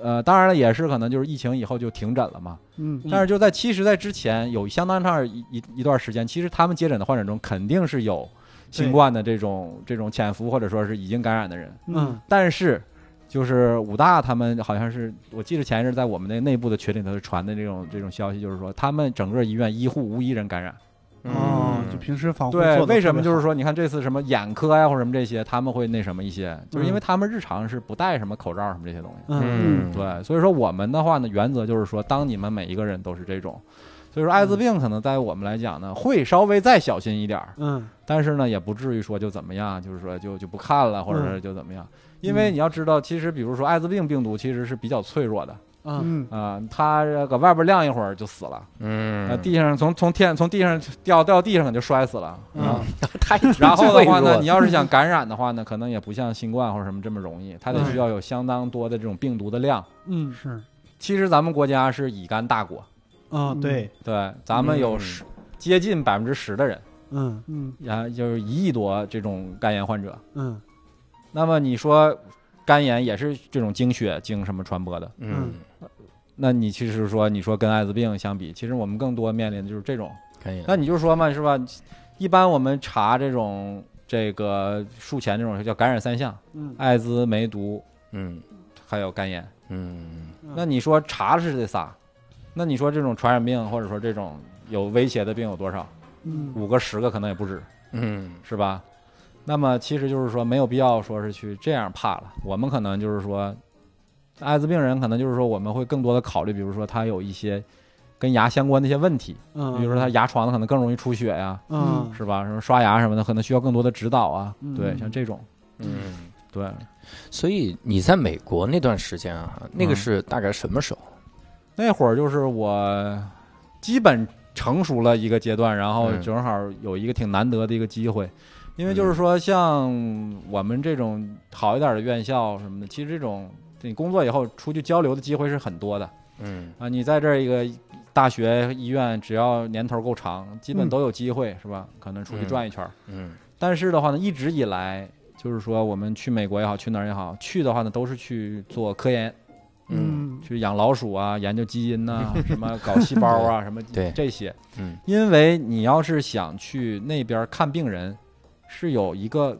呃，当然了，也是可能就是疫情以后就停诊了嘛。嗯但是就在其实，在之前有相当长一一一段时间，其实他们接诊的患者中肯定是有新冠的这种这种潜伏或者说是已经感染的人，嗯但是就是武大他们好像是我记得前一阵在我们那内部的群里头传的这种这种消息，就是说他们整个医院医护无一人感染。嗯哦，就平时防护嗯对，做得为什么特别就是好说你看这次什么眼科呀、或者什么这些，他们会那什么一些，就是因为他们日常是不戴什么口罩什么这些东西。嗯嗯，对，所以说我们的话呢，原则就是说，当你们每一个人都是这种，所以说艾滋病可能在我们来讲嗯呢，会稍微再小心一点儿，嗯但是呢，也不至于说就怎么样，就是说就就不看了，或者嗯是就怎么样。因为你要知道，其实比如说艾滋病病毒其实是比较脆弱的嗯嗯啊、它搁外边晾一会儿就死了，呃，嗯，地上从从天从地上掉掉地上就摔死 了。啊嗯，太然后的话脆弱呢，了你要是想感染的话呢，可能也不像新冠或者什么这么容易，它得嗯需要有相当多的这种病毒的量。嗯是其实咱们国家是乙肝大国，啊，嗯对，对，咱们有嗯十、接近百分之十的人，嗯嗯然后就是一亿多这种肝炎患者。嗯那么你说肝炎也是这种经血经什么传播的？嗯，那你其实说你说跟艾滋病相比，其实我们更多面临的就是这种。可以。那你就说嘛，是吧？一般我们查这种这个术前这种叫感染三项：嗯艾滋、梅毒，嗯还有肝炎。嗯那你说查了是这仨，那你说这种传染病或者说这种有威胁的病有多少？嗯五个、十个可能也不止。嗯是吧？那么其实就是说没有必要说是去这样怕了。我们可能就是说，艾滋病人可能就是说我们会更多的考虑，比如说他有一些跟牙相关的一些问题，嗯，比如说他牙床子可能更容易出血呀、嗯是吧？什么刷牙什么的，可能需要更多的指导啊。嗯对，像这种，嗯，对，所以你在美国那段时间啊，那个嗯是大概什么时候？那会儿就是我基本成熟了一个阶段，然后嗯正好有一个挺难得的一个机会，因为就是说像我们这种好一点的院校什么的，其实这种你工作以后出去交流的机会是很多的嗯啊。你在这儿一个大学、医院，只要年头够长，基本嗯都有机会，是吧？可能出去嗯转一圈儿。嗯但是的话呢，一直以来就是说我们去美国也好，去哪儿也好，去的话呢都是去做科研。嗯嗯去养老鼠啊，研究基因呐、什么搞细胞啊，什么 对这些，嗯，因为你要是想去那边看病人，是有一个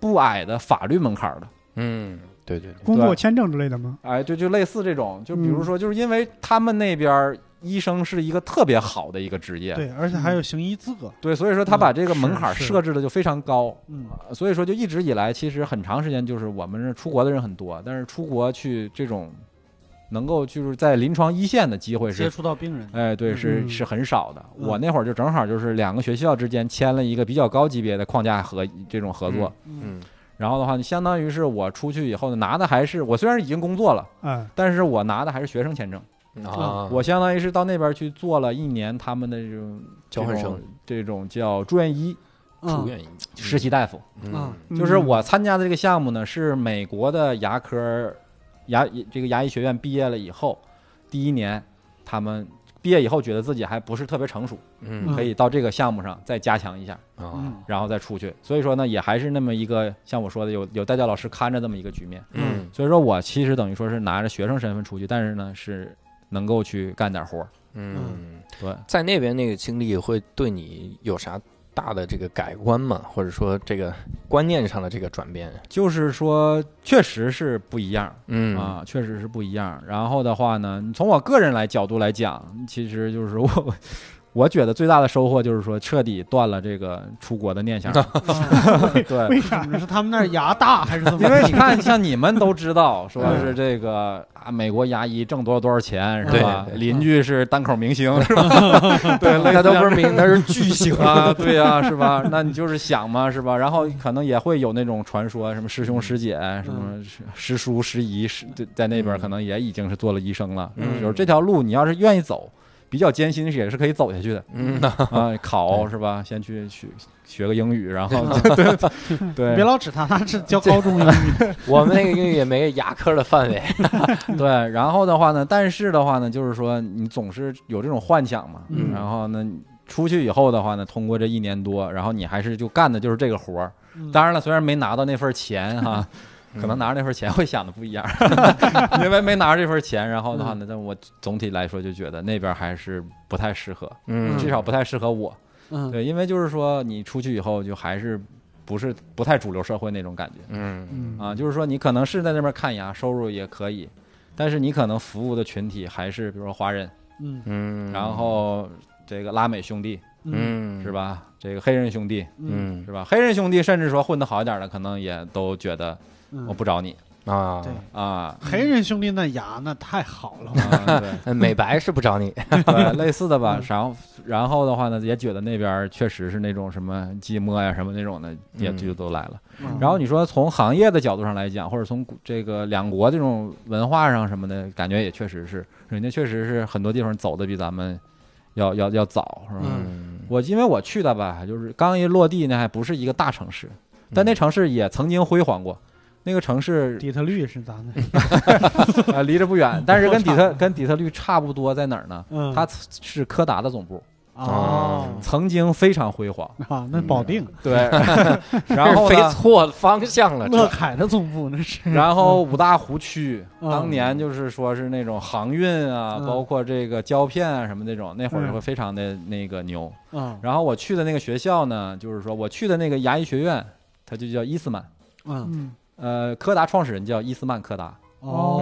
不矮的法律门槛的。嗯，对对对，工作签证之类的吗？哎，对，就类似这种，就比嗯如说，就是因为他们那边儿医生是一个特别好的一个职业，对，而且还有行医资格，对所以说他把这个嗯门槛是是设置的就非常高。嗯，呃所以说，就一直以来，其实很长时间就是我们是出国的人很多，但是出国去这种能够就是在临床一线的机会接是，触到病人，哎，对，是嗯是很少的。嗯我那会儿就正好就是两个学校之间签了一个比较高级别的框架合这种合作，嗯嗯然后的话，你相当于是我出去以后呢，拿的还是我虽然已经工作了，嗯，但是我拿的还是学生签证。啊，哦我相当于是到那边去做了一年他们的这种交换生这种这种叫住院医、住嗯院医实习大夫。嗯啊就是我参加的这个项目呢，是美国的牙科牙这个牙医学院毕业了以后，第一年他们毕业以后觉得自己还不是特别成熟，嗯可以到这个项目上再加强一下，啊嗯然后再出去。所以说呢，也还是那么一个像我说的，有有带教老师看着这么一个局面。嗯所以说我其实等于说是拿着学生身份出去，但是呢是能够去干点活儿。嗯，对，在那边那个经历会对你有啥大的这个改观吗？或者说这个观念上的这个转变？就是说，确实是不一样、嗯啊，确实是不一样。然后的话呢，你从我个人来角度来讲，其实就是说我， 我觉得最大的收获就是说，彻底断了这个出国的 念想。啊 对，为啥？是他们那儿牙大还是怎么？因为你看，像你们都知道，说嗯是这个啊，美国牙医挣多少多少钱是对吧？对邻居是单口明星 是吧？对，类似那都像不是明，那是巨星啊，对呀、是吧？那你就是想嘛，是吧？然后可能也会有那种传说，什么师兄师姐，什么师师叔师姨，师对在那边嗯可能也已经是做了医生了。嗯就是这条路，你要是愿意走，比较艰辛也是可以走下 去的嗯呐啊。考是吧？先去学学个英语，然后对 对你别对老指他，他是教高 中的，我们那个英语也没牙科的范围。对，然后的话呢，但是的话呢，就是说你总是有这种幻想嘛，嗯然后呢。你出去以后的话呢，通过这一年多，然后你还是就干的就是这个活儿，嗯当然了，虽然没拿到那份钱哈，嗯可嗯能拿着那份钱会想的不一样，因为没拿着这份钱，然后的话呢，但我总体来说就觉得那边还是不太适合，嗯至少不太适合我。嗯，对，因为就是说你出去以后就还是不是不太主流社会那种感觉嗯嗯啊，就是说你可能是在那边看牙，收入也可以，但是你可能服务的群体还是比如说华人，嗯嗯然后这个拉美兄弟嗯嗯是？吧？这个黑人兄弟嗯嗯是吧？黑人兄弟甚至说混得好一点的，可能也都觉得我嗯，不找你啊，对啊。 黑人兄弟那牙那太好了，啊对呃美白是不找你，对，类似的吧嗯。然后，然后的话呢，也觉得那边儿确实是那种什么寂寞呀、什么那种的，也嗯就都来了。嗯然后你说从行业的角度上来讲，或者从这个两国这种文化上什么的，感觉也确实是，人家确实是很多地方走的比咱们要要要早，是吧？嗯，我因为我去的吧，就是刚一落地呢，还不是一个大城市，嗯但那城市也曾经辉煌过。那个城市底特律是咱 的，啊、离着不远，但是跟底多特跟底特律差不多，在哪儿呢？嗯，它是柯达的总部，哦曾经非常辉煌，啊，那保定嗯对。然 后飞呢，错方向了，乐这凯的总部那是，然后五大湖区嗯当年就是说是那种航运啊，嗯包括这个胶片啊什么那种，那会儿嗯会非常的那个牛。嗯然后我去的那个学校呢，就是说我去的那个牙医学院，它就叫伊斯曼，嗯哦嗯呃，柯达创始人叫伊斯曼柯达，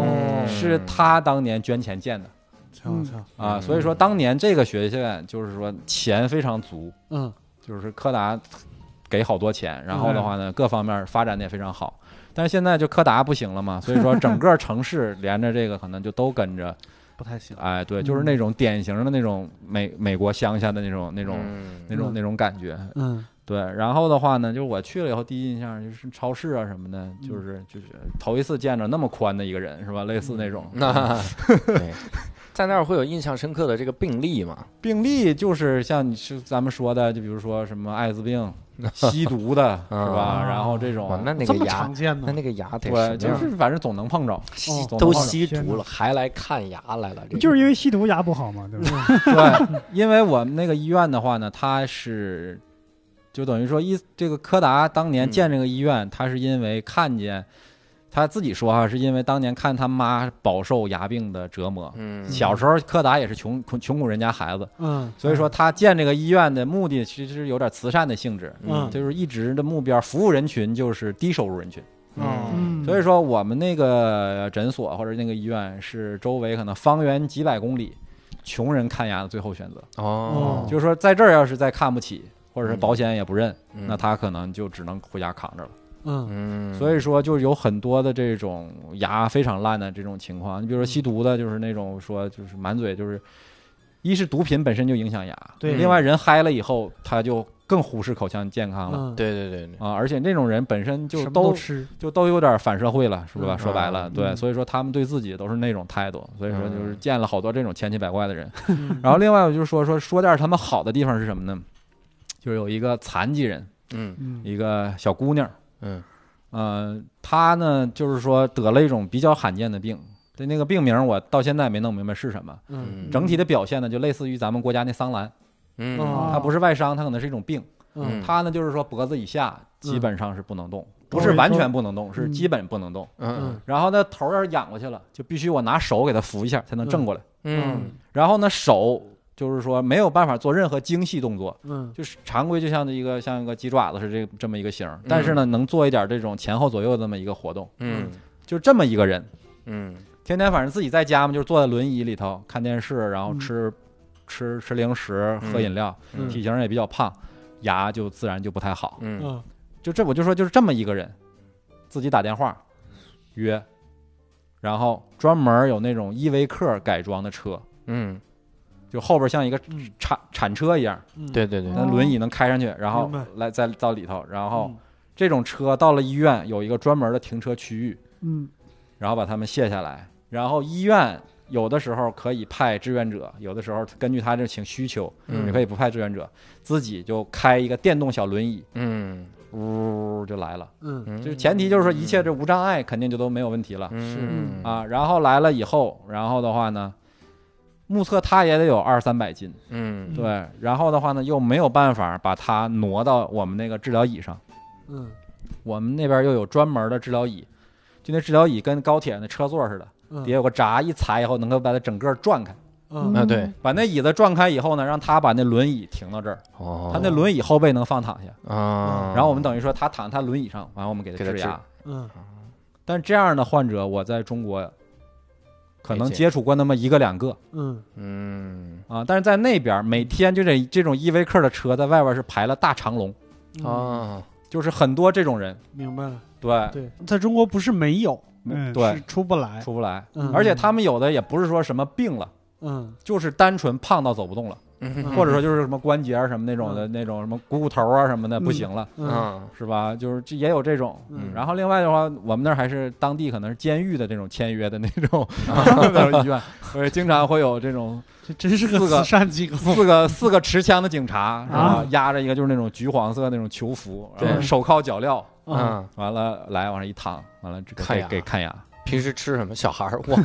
嗯是他当年捐钱建的瞧瞧，啊，嗯所以说当年这个学院就是说钱非常足，嗯就是柯达给好多钱，然后的话呢，各方面发展的也非常好。但是现在就柯达不行了嘛，所以说整个城市连着这个可能就都跟着，不太行，哎，对，就是嗯那种典型的那种美美国乡下的那种那种那种嗯那种感觉。嗯对，然后的话呢，就是我去了以后，第一印象就是超市啊什么的，就是嗯就是头一次见着那么宽的一个人是吧？类似那嗯种。 那对，在那儿会有印象深刻的这个病例嘛？病例就是像你是咱们说的，就比如说什么艾 滋病、吸毒的是吧？啊然后哦这种哇，那那这个么牙常，见那呢？那个牙得对，什么就样是反正总能碰着，吸哦都总能吸天毒哪了，还来看牙来了，这个就是因为吸毒牙不好嘛，对吧？ 对，因为我们那个医院的话呢，它是就等于说医这个柯达当年建这个医院，它是因为看见他自己说哈、是因为当年看他妈饱受牙病的折磨，嗯小时候柯达也是穷穷穷苦人家孩子，嗯所以说他建这个医院的目的其实是有点慈善的性质，嗯就是一直的目标服务人群就是低收入人群。嗯嗯，所以说我们那个诊所或者那个医院是周围可能方圆几百公里穷人看牙的最后选择。哦，就是说在这儿要是再看不起，或者是保险也不认，嗯那他可能就只能回家扛着了。嗯嗯，所以说，就有很多的这种牙非常烂的这种情况。你比如说吸毒的，就是那种说就是满嘴就是，一是毒品本身就影响牙，对另外人嗨了以后，他就更忽视口腔健康了。嗯，对对对对，啊，而且那种人本身就什么都都吃，就都有点反社会了，是吧？嗯说白了，嗯对，嗯所以说他们对自己都是那种态度，所以说就是嗯见了好多这种千奇百怪 的人。嗯然后另外我就说说说点他们好的地方是什么呢？就是有一个残疾人，嗯嗯一个小姑娘，嗯呃，她呢就是说得了一种比较罕见的病，对那个病名我到现在没弄明白是什么。嗯整体的表现呢，就类似于咱们国家那桑兰，嗯哦它不是外伤，它可能是一种病。嗯她呢就是说脖子以下基本上是不能动，嗯不哦高是位完高全不能动，是基本不能动。嗯然后呢，头儿要是仰过去了，就必须我拿手给他扶一下才能正过来。嗯然后呢，手就是说没有办法做任何精细动作，嗯就是常规就像一个像一个鸡爪子是这这么一个形儿，但是呢，能做一点这种前后左右的这么一个活动，嗯就这么一个人，嗯天天反正自己在家嘛，就是坐在轮椅里头看电视，然后吃、吃吃零食、喝饮料，嗯体型也比较胖，牙就自然就不太好。嗯嗯就这我就说就是这么一个人，自己打电话约，然后专门有那种依维柯改装的车，嗯，就后边像一个嗯铲铲车一样，嗯，对对对，那轮椅能开上去，然后明白来再到里头，然后嗯这种车到了医院有一个专门的停车区域，嗯然后把他们卸下来，然后医院有的时候可以派志愿者，有的时候根据他这情需求，嗯你可以不派志愿者，自己就开一个电动小轮椅，嗯呜就来了。嗯嗯，就是前提就是说一切这无障碍肯定就都没有问题了嗯啊。然后来了以后，然后的话呢，目测他也得有二三百斤，嗯对，然后的话呢，又没有办法把它挪到我们那个治疗椅上，嗯我们那边又有专门的治疗椅，就那治疗椅跟高铁那车座似的，嗯底下有个闸，一踩以后能够把它整个转开，嗯啊对，把那椅子转开以后呢，让他把那轮椅停到这儿，哦，他那轮椅后背能放躺下，啊，然后我们等于说他躺在他轮椅上，完了我们给他给他治治牙。嗯但这样的患者，我在中国可能没见接触过那么一个两个嗯嗯啊，但是在那边每天就这这种依维柯的车在外边是排了大长龙，嗯，啊，就是很多这种人，明白了，对对，在中国不是没有，嗯啊对是，出不来，出不来。嗯而且他们有的也不是说什么病了，嗯就是单纯胖到走不动了，嗯或者说就是什么关节啊什么那种的那种什么股骨头啊什么的不行了，嗯是吧？就是这也有这种。嗯然后另外的话，我们那儿还是当地可能是监狱的这种签约的那 种 那种医院，所以经常会有这种这真是个四个慈善机构， 四个四个持枪的警察，是吧啊？压着一个就是那种橘黄色那种囚服，对然后手铐脚镣，嗯，嗯，完了来往上一躺，完了这个看给牙给看牙。平时吃什么？小孩儿，我们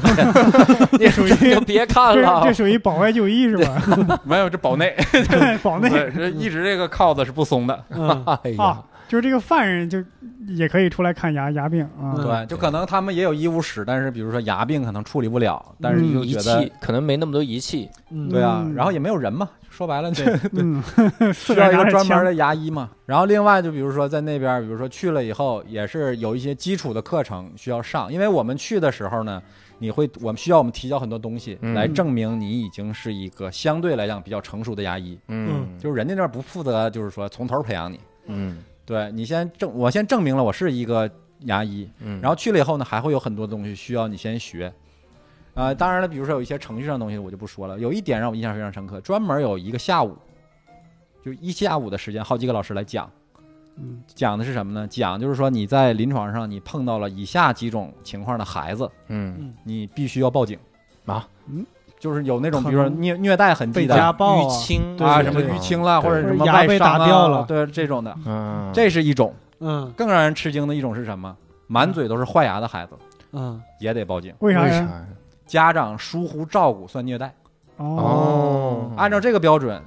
你属于别看这了啊 这，属于保外就医是吧？ 没有，这保 内， 保内对，这一直这个铐子是不松的。嗯哎呀啊，，就是这个犯人就也可以出来看牙牙病啊。嗯对，就可能他们也有医务室，但是比如说牙病可能处理不了，但是嗯就仪觉得器可能没那么多仪器，嗯 对啊，嗯然后也没有人嘛，说白了就嗯，需需要一个专门的牙医嘛。然后另外就比如说在那边儿，比如说去了以后，也是有一些基础的课程需要上，因为我们去的时候呢，你会我们需要我们提交很多东西嗯来证明你已经是一个相对来讲比较成熟的牙医，嗯，就是人家那儿不负责就是说从头儿培养你，嗯对你先证我先证明了我是一个牙医，嗯，然后去了以后呢，还会有很多东西需要你先学。呃，当然了，比如说有一些程序上的东西我就不说了。有一点让我印象非常深刻，专门有一个下午，就一下午的时间，好几个老师来讲，嗯讲的是什么呢？讲就是说你在临床上你碰到了以下几种情况的孩子，嗯你必须要报警啊，嗯，就是有那种可比如说能虐虐待痕迹被的家暴淤青啊，对什么淤青啦，对或者什么牙外被伤打啊掉了对这种的，嗯，这是一种。嗯更让人吃惊的一种是什么？满嘴都是坏牙的孩子嗯也得报警。为啥为呀？啥？家长疏忽照顾算虐待。哦哦，。按照这个标准，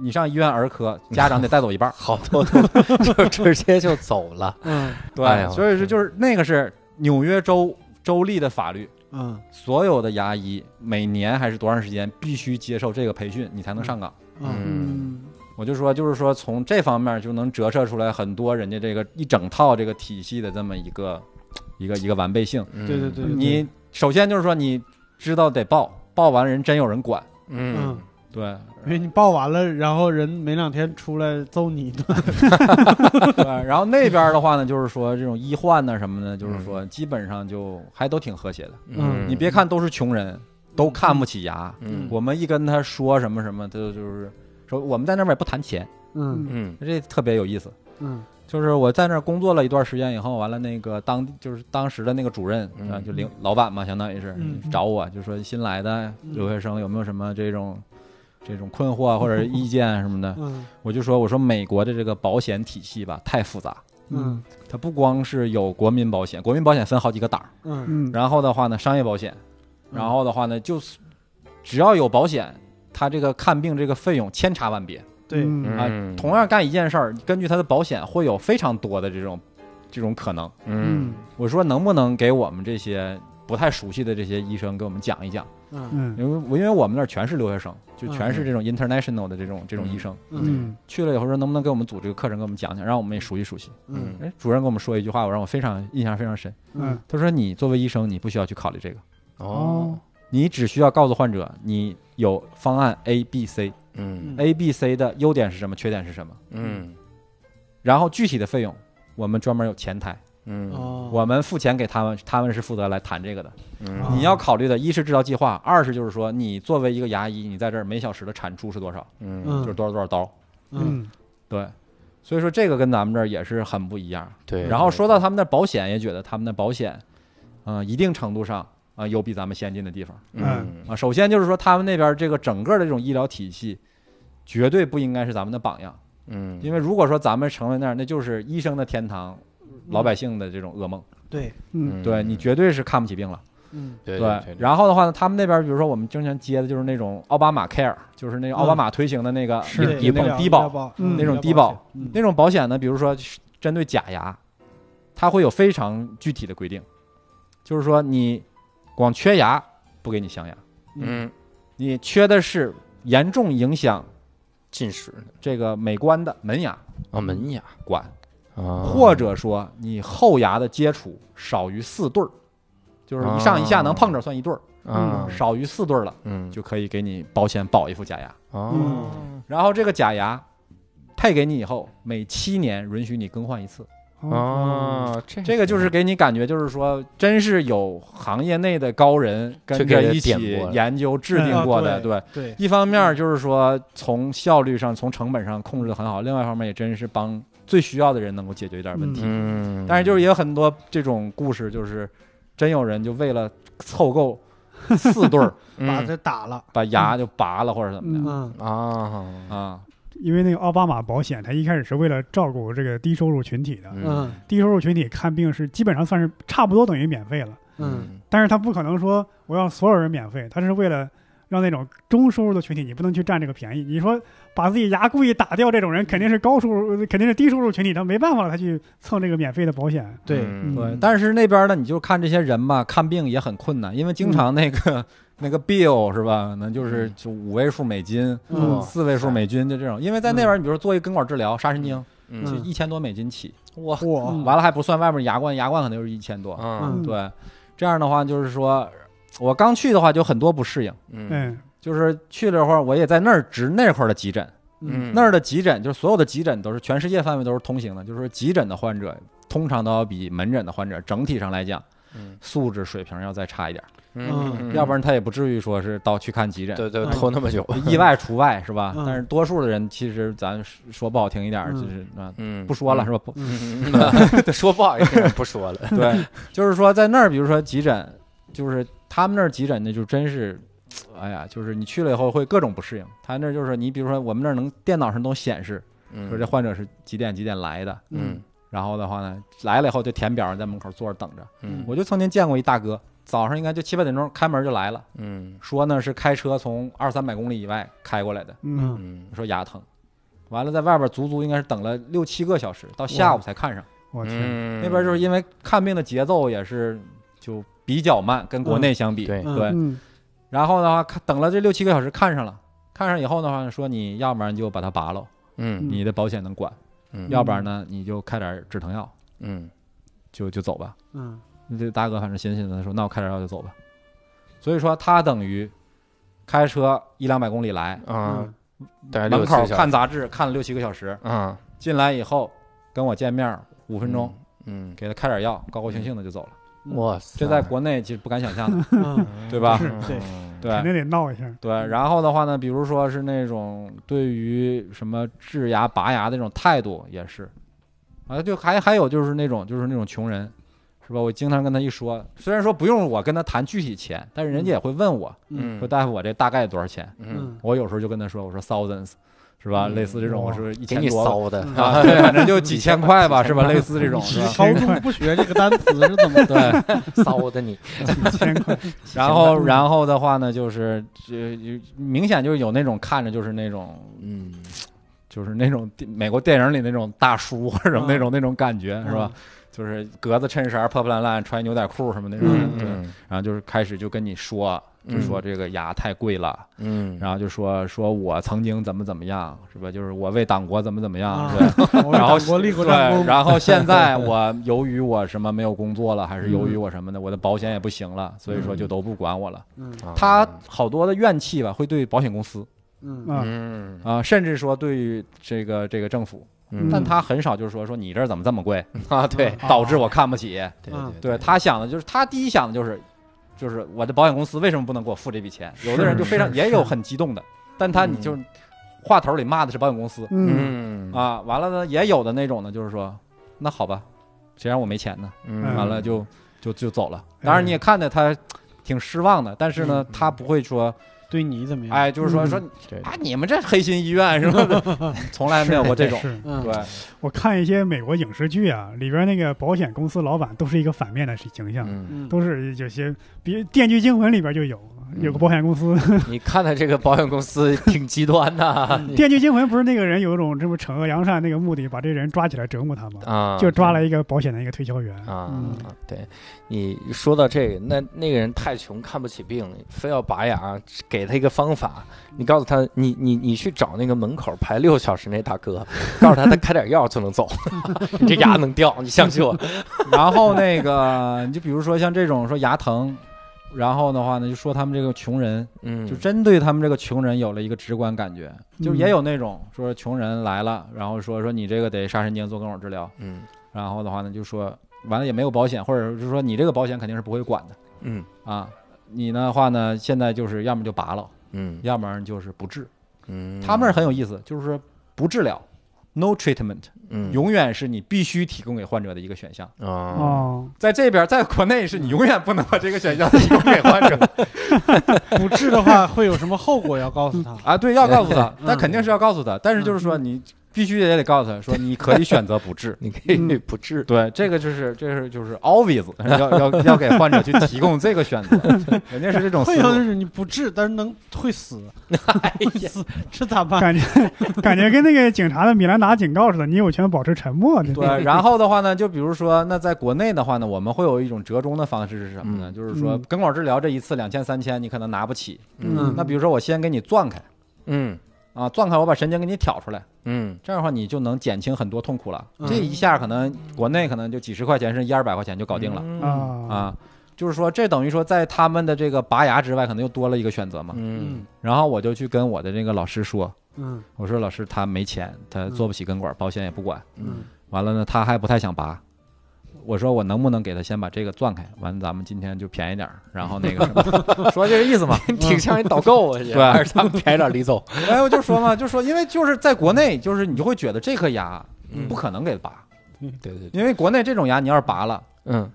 你上医院儿科， 家长得带走一半儿好多都就直接就走了，嗯 对，哎呦所以说就是那个是纽约州州立的法律，嗯所有的牙医每年还是多长时间必须接受这个培训，你才能上岗。嗯我就说，就是说从这方面就能折射出来很多人家这个一整套这个体系的这么一个一个一个完备性。嗯对对对对你首先就是说你知道得报，报完人真有人管，嗯嗯，对，因为你报完了，然后人没两天出来揍你一顿， 对，然后那边的话呢，就是说这种医患呢什么的，就是说基本上就还都挺和谐的。嗯你别看都是穷人，都看不起牙，嗯我们一跟他说什么什么，他就就是说我们在那边也不谈钱，嗯嗯这特别有意思。嗯就是我在那儿工作了一段时间以后，完了那个当就是当时的那个主任嗯啊，就领老板嘛，相当于是嗯找我，就说新来的留学生有没有什么这种这种困惑或者意见什么的，嗯我就说我说美国的这个保险体系吧太复杂，嗯它不光是有国民保险，国民保险分好几个档儿，嗯嗯，然后的话呢，商业保险，然后的话呢，就是只要有保险，它这个看病这个费用千差万别。对，嗯啊同样干一件事儿，根据它的保险会有非常多的这种这种可能。嗯我说能不能给我们这些不太熟悉的这些医生给我们讲一讲？嗯嗯因为我因为我们那儿全是留学生，就全是这种 international 的这种这种医生。嗯嗯去了以后说能不能给我们组这个课程，给我们讲讲，让我们也熟悉熟悉。嗯哎，主任跟我们说一句话，我让我非常印象非常深。嗯嗯他说：“你作为医生，你不需要去考虑这个，哦你只需要告诉患者，你有方案 A、B、C。嗯 A、B、C 的优点是什么，缺点是什么，嗯然后具体的费用，我们专门有前台，嗯哦，我们付钱给他们，他们是负责来谈这个的。嗯你要考虑的，一是治疗计划，二是就是说，你作为一个牙医，你在这儿每小时的产出是多少，嗯就是多少多少刀。嗯嗯对，所以说这个跟咱们这儿也是很不一样。对，然后说到他们那保险，也觉得他们的保险，嗯、一定程度上啊、有比咱们先进的地方。”嗯啊，首先就是说，他们那边这个整个的这种医疗体系，绝对不应该是咱们的榜样，嗯，因为如果说咱们成为那样，那就是医生的天堂，老百姓的这种噩梦。对，嗯对你绝对是看不起病了。嗯对对，然后的话呢，他们那边比如说我们经常接的就是那种奥巴马 Care，就是那个奥巴马推行的那嗯个是那种低保保嗯那种低保，那种保险呢，比如说是针对假牙，它会有非常具体的规定，就是说你光缺牙不给你镶牙。嗯你缺的是严重影响进食这个美观的门牙啊门牙管，啊，或者说你后牙的接触少于四对儿，就是一上一下能碰着算一对儿，啊少于四对儿了嗯就可以给你保险保一副假牙。嗯哦然后这个假牙配给你以后，每七年允许你更换一次。哦，这嗯这个就是给你感觉，就是说，真是有行业内的高人跟去给着人一起点拨了啊研究制定过的，嗯对。对，一方面就是说从效率上、从成本上控制的很好，另外一方面也真是帮最需要的人能够解决一点问题。嗯，但是就是也有很多这种故事，就是真有人就为了凑够四 对儿，嗯把它打了，把牙就拔了或者怎么的、嗯啊啊。因为那个奥巴马保险，它一开始是为了照顾这个低收入群体的，嗯低收入群体看病是基本上算是差不多等于免费了，嗯但是他不可能说我要所有人免费，他是为了让那种中收入的群体，你不能去占这个便宜。你说把自己牙故意打掉这种人，肯定是高收入，肯定是低收入群体，他没办法了，他去蹭这个免费的保险。对，对，嗯但是那边呢，你就看这些人吧，看病也很困难，因为嗯经常那个、那个 bill 是吧，那就是就五位数美金、哦嗯四位数美金就这种，因为在那边，你比如说做一根管治疗、杀神经，就嗯一千多美金起，哇嚯，完了还不算外面牙冠，牙冠可能就是一千多。啊对，这样的话就是说，我刚去的话就很多不适应，嗯哎嗯就是去了一会儿，我也在那儿值那块儿的急诊，嗯那儿的急诊就是所有的急诊都是全世界范围都是通行的，就是说急诊的患者通常都要比门诊的患者整体上来讲嗯素质水平要再差一点儿，嗯，要不然他也嗯不至于说是到去看急诊。 对对拖那么久，意外除外是吧？嗯但是多数的人其实咱说不好听一点儿，嗯就是啊，嗯不说了是吧？不， 嗯，说不好意思，不说了。对，就是说在那儿，比如说急诊，就是他们那儿急诊呢，就真是，哎呀，就是你去了以后会各种不适应。他那儿就是你，比如说我们那儿能电脑上都显示，说这患者是几点几点来的，嗯然后的话呢，来了以后就填表，在门口坐着等着。嗯我就曾经见过一大哥，早上应该就七八点钟开门就来了，嗯说呢是开车从二三百公里以外开过来的，嗯嗯说牙疼，完了在外边足足应该是等了六七个小时，到下午才看上。我天，嗯，那边就是因为看病的节奏也是就比较慢，跟国内相比。对嗯对，嗯，然后的话，看等了这六七个小时，看上了，看上以后的话，说你要不然就把它拔了，嗯你的保险能管；嗯要不然呢，你就开点止疼药，嗯就就走吧。嗯那这大哥反正寻思寻思说，那我开点药就走吧。所以说他等于开车一两百公里来，啊，嗯大概门六口七小时看杂志看了六七个小时，啊，进来以后跟我见面五分钟，嗯，给他开点药，高高兴兴的就走了。嗯，哇塞，这在国内其实不敢想象的，嗯对吧是对对对肯定得闹一下，对。然后的话呢，比如说是那种对于什么治牙、拔牙的那种态度也是，啊，就还还有就是那种就是那种穷人，是吧？我经常跟他一说，虽然说不用我跟他谈具体钱，但是人家也会问我，嗯说大夫，我这大概多少钱？嗯，我有时候就跟他说，我说 thousands，是吧？嗯类似这种，我哇说一给千你多。骚的，啊，对，反正就几千块吧，是吧？类似这种，是吧？？高中不学这个单词是怎么对， 骚的你，几千块，然后，然后的话呢，就是这明显就是有那种看着就是那种嗯，就是那种电美国电影里那种大叔或者啊那种、那种感觉是吧嗯？？就是格子衬衫破破烂烂，穿牛仔裤什么那种，嗯对。然后就是开始就跟你说，就说这个牙太贵了，嗯，然后就说说我曾经怎么怎么样，是吧？就是我为党国怎么怎么样，啊对。 我然后党国立过战对，功，然后现 在我由于我什么没有工作了，还是由嗯于我什么的，我的保险也不行了，所以说就都不管我了。嗯后他好多的怨气吧，会对保险公司嗯啊，嗯啊、甚至说对于这个这个政府，嗯但他啊很少就是说说你这儿怎么这么贵，啊，对导致我看 不起。对嗯对他想的就是他第一想的就是，就是我的保险公司为什么不能给我付这笔钱？有的人就非常是也有很激动的，但他你就话头里骂的是保险公司嗯，嗯啊，完了呢也有的那种呢，就是说那好吧，谁让我没钱呢？嗯完了就就就走了。嗯当然你也看着他挺失望的，但是呢嗯他不会说对你怎么样？哎，就是说嗯说对啊，你们这黑心医院是吧？ 从来没有过这种。是嗯，对，我看一些美国影视剧啊，里边那个保险公司老板都是一个反面的形象，嗯，嗯，都是有些，比《电锯惊魂》里边就有，有个保险公司，你看的这个保险公司挺极端的嗯《电锯惊魂》不是那个人有一种这不惩恶扬善那个目的，把这人抓起来折磨他吗？啊，就抓了一个保险的一个推销员，啊嗯，对你说到这个，那那个人太穷看不起病，非要拔牙，给他一个方法，你告诉他，你你你去找那个门口排六小时那大 哥，告诉他他开点药就能走， 你这牙能掉，你相信 我。然后那个，你就比如说像这种说牙疼，然后的话呢，就说他们这个穷人，嗯，就针对他们这个穷人有了一个直观感觉，就是也有那种说穷人来了，然后说说你这个得杀神经做根管治疗，嗯然后的话呢就说完了也没有保险，或者是说你这个保险肯定是不会管的嗯啊，你的话呢现在就是要么就拔了，嗯要不然就是不治。嗯，他们那儿很有意思，就是说不治疗，no treatment，嗯永远是你必须提供给患者的一个选项。啊。哦，在这边，在国内是你永远不能把这个选项提供给患者 不治的话会有什么后果要告诉他？啊，对，要告诉他嗯，那肯定是要告诉他，但是就是说你必须也得告诉他说你可以选择不治 你可嗯以不治，对，这个就是这是就是 always 要要要给患者去提供这个选择，人家是这种思会有路。就是你不治，但是能会死， 会死，这咋办？感觉感觉跟那个警察的米兰达警告似的，你有权保持沉默。这对，然后的话呢，就比如说，那在国内的话呢，我们会有一种折中的方式是什么呢？嗯就是说，嗯根管治疗这一次两千三千，你可能拿不起。嗯那比如说，我先给你钻开嗯啊，钻开，我把神经给你挑出来，嗯这样的话你就能减轻很多痛苦了。嗯这一下可能国内可能就几十块钱，甚至一二百块钱就搞定了、啊啊啊。就是说，这等于说在他们的这个拔牙之外，可能又多了一个选择嘛。嗯嗯然后我就去跟我的那个老师说，嗯我说老师他没钱，他做不起根管，保险也不管。嗯完了呢，他还不太想拔。我说我能不能给他先把这个钻开，完了咱们今天就便宜点儿，然后那个什么，说这个意思嘛。嗯 挺像一导购啊，这 对还是他们便宜点儿李总，哎，我就说嘛，就说因为就是在国内，就是你就会觉得这颗牙不可能给拔， 对对，对因为国内这种牙你要是拔了，嗯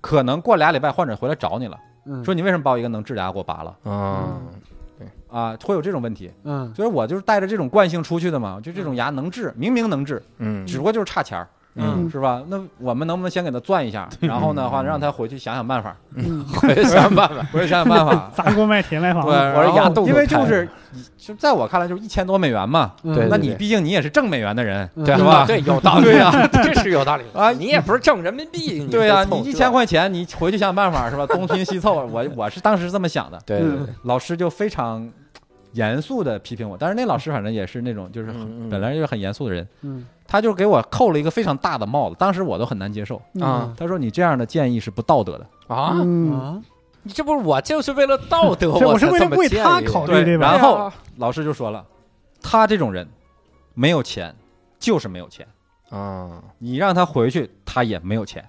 可能过俩礼拜患者回来找你了，嗯，说你为什么把我一个能治的牙给我拔了啊啊？会有这种问题，嗯所以我就是带着这种惯性出去的嘛，就这种牙能治，明明能治，嗯只不过就是差钱儿。嗯是吧？那我们能不能先给他攥一下，然后呢话让他回去想想办 法，嗯，。我也想办法。回去想想办 法砸锅卖铁卖房对，子，我然是牙后动都因为开就了是就在我看来就是一千多美元嘛，对那你毕竟你也是挣美元的人，嗯对啊是吧对，有道理，对呀 这是有道理啊你也不是挣人民币，对呀、呀，你一千，块钱，你回去想想办法是吧？东拼西凑，我我是当时这么想的。对对对，老师就非常严肃的批评我，但是那老师反正也是那种就是很、嗯嗯本来就是很严肃的人，嗯他就给我扣了一个非常大的帽子，当时我都很难接受。啊他说你这样的建议是不道德的，啊，嗯，啊，你这不是我就是为了道德，是我才是为这了么为建他议考虑对对吧？然后对啊老师就说了，他这种人没有钱，就是没有钱，啊，你让他回去他也没有钱。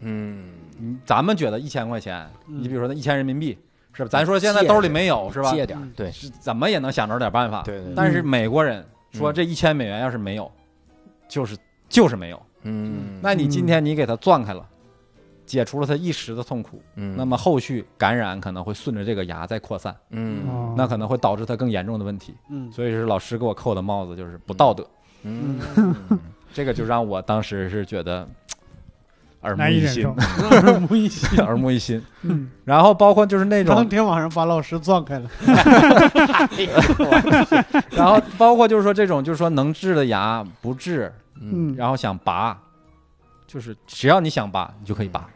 嗯，你咱们觉得一千块钱，嗯你比如说那一千人民币，是吧？咱说现在兜里没有是吧？借点嗯儿，对是怎么也能想着点办法。对对，嗯但是美国人说这一千美元要是没有，就是就是没有。嗯，那你今天你给他攥开了，解除了他一时的痛苦，嗯那么后续感染可能会顺着这个牙再扩散，嗯哦那可能会导致他更严重的问题。嗯所以是老师给我扣的帽子就是不道德，嗯，这个就让我当时是觉得耳目难以一忍新受，， 不一起。耳目一新。嗯，然后包括就是那种当天晚上把老师撞开了，然后包括就是说这种，就是说能治的牙不治，嗯然后想拔，就是只要你想拔，你就可以拔。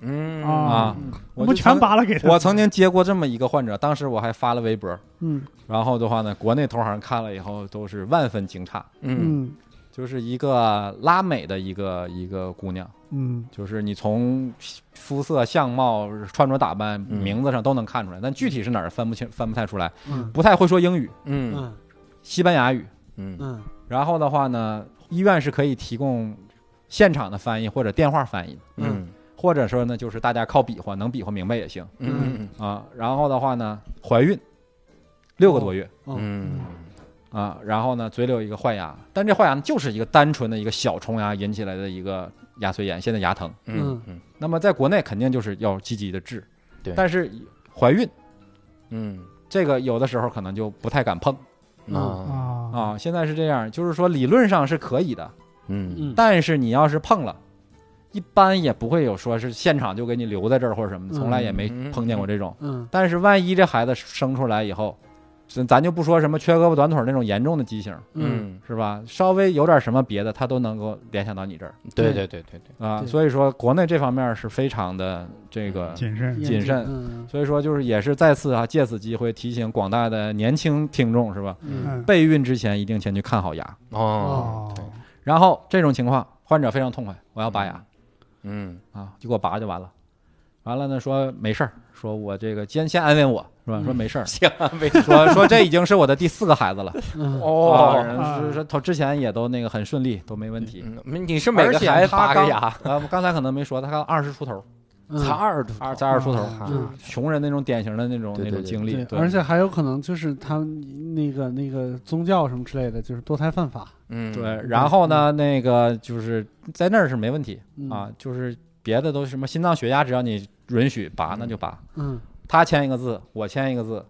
嗯啊啊，我就们全曾。扒拉给他，我曾经接过这么一个患者，当时我还发了微博。嗯然后的话呢，国内同行看了以后都是万分惊诧，嗯嗯就是一个拉美的一个一个姑娘，嗯就是你从肤色、相貌、穿着打扮、嗯名字上都能看出来，但具体是哪儿分不清、分不太出来，嗯不太会说英语、嗯嗯西班牙语，嗯嗯然后的话呢，医院是可以提供现场的翻译或者电话翻译的，嗯或者说呢，就是大家靠比划，能比划明白也行嗯啊。然后的话呢，怀孕六个多月、嗯啊，然后呢，嘴里有一个坏牙，但这坏牙呢就是一个单纯的一个小虫牙引起来的一个牙髓炎，现在牙疼。嗯那么在国内肯定就是要积极的治，对但是怀孕嗯这个有的时候可能就不太敢碰嗯啊啊啊。现在是这样，就是说理论上是可以的，嗯嗯，但是你要是碰了，一般也不会有说是现场就给你留在这儿或者什么，嗯从来也没碰见过这种。嗯但是万一这孩子生出来以后，咱咱就不说什么缺胳膊短腿那种严重的畸形，嗯嗯，是吧？稍微有点什么别的，他都能够联想到你这儿对对对对对，啊。对所以说，国内这方面是非常的这个。谨慎，谨慎嗯所以说，就是也是再次啊，借此机会提醒广大的年轻听众，是吧？嗯嗯备孕之前一定先去看好牙。哦，哦，然后这种情况，患者非常痛快，我要拔牙。嗯，啊，就给我拔就完了。完了呢，说没事儿，说我这个先先安慰我是吧？嗯说没事 儿行，啊没说说这已经是我的第四个孩子了。嗯啊哦，人说说头之前也都那个很顺利，都没问题。嗯你是每个孩子拔个牙，啊，我刚才可能没说，他刚二十出头，才二十二在二十出头，啊嗯穷人那种典型的那种对对那种对经历对，，而且还有可能就是他们那个那个宗教什么之类的，就是堕胎犯法嗯对。然后呢，那个就是在那儿是没问题嗯啊，就是别的都是什么心脏血压，只要你允许拔，那就拔。嗯他签一个字，我签一个字，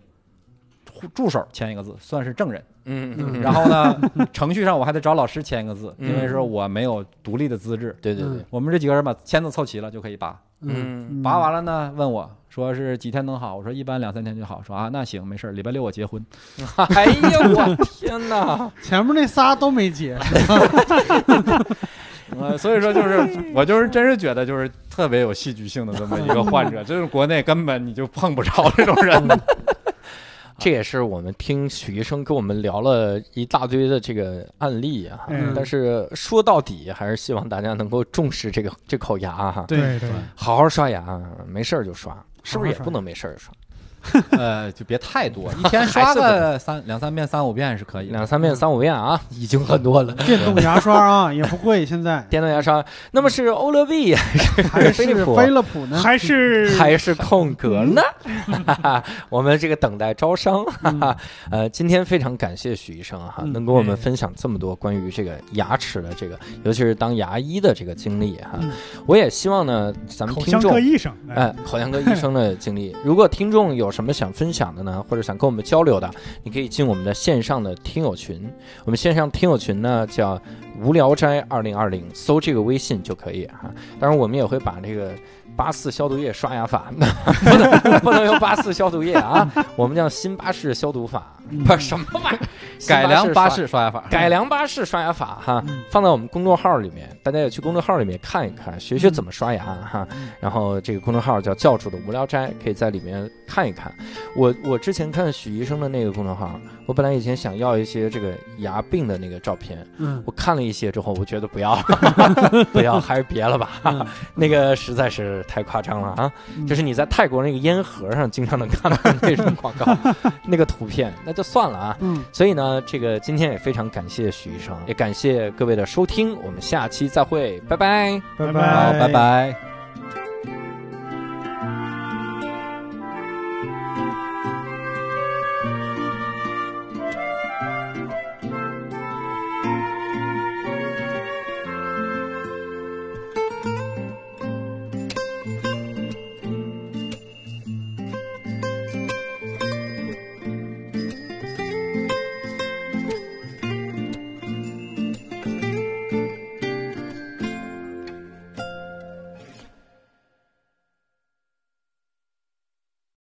助助手签一个字，算是证人。嗯，然后呢，程序上我还得找老师签一个字，嗯因为说我没有独立的资 质。对对对，我们这几个人把签字凑齐了就可以拔，嗯拔完了呢，问我说是几天能好？我说一般两三天就好。说啊，那行，没事儿，礼拜六我结婚。 哎呀，我天哪，前面那仨都没结， 呃，所以说就是我就是真是觉得就是特别有戏剧性的这么一个患者，就是国内根本你就碰不着这种人。 这也是我们听许医生跟我们聊了一大堆的这个案例啊，嗯但是说到底还是希望大家能够重视这个这口牙啊哈、对对，好好刷牙，啊没事儿就刷，是不是也不能没事儿就刷？ 呃，就别太多，一天刷个三两三遍、三五遍是可以的。两三遍、三五遍啊，已经很多了。电动牙刷啊也不贵，现在电动牙刷，那么是欧乐 B 还飞利是浦飞乐浦呢，嗯还是还是空格 呢？ 哈哈，我们这个等待招商。哈嗯哈， 呃，今天非常感谢许医生啊哈、嗯能给我们分享这么多关于这个牙齿的这个，尤其是当牙医的这个经历哈、嗯我也希望呢，咱们口听腔众科医生，哎哎，口腔科医生的经历。如果听众有什么想分享的呢，或者想跟我们交流的，你可以进我们的线上的听友群。我们线上听友群呢叫无聊斋二零二零，搜这个微信就可以啊。当然，我们也会把这个八四消毒液刷牙法， 不能不能用八四消毒液啊，我们叫新巴士消毒法，嗯不是 什么玩意儿，改良新巴巴士刷牙法，改良巴士刷牙法哈嗯，放在我们公众号里面，大家也去公众号里面看一看，学学怎么刷牙哈。嗯然后这个公众号叫教主的无聊斋，可以在里面看一看。我我之前看许医生的那个公众号，我本来以前想要一些这个牙病的那个照片，嗯我看了一些之后，我觉得不要， 不要，还是别了吧，嗯那个实在是太夸张了啊！嗯就是你在泰国那个烟盒上经常能看到那种广 告，那个图片，那就算了啊。嗯，所以呢，这个今天也非常感谢许医生，也感谢各位的收听，我们下期再会，拜拜。拜拜好，拜拜。拜。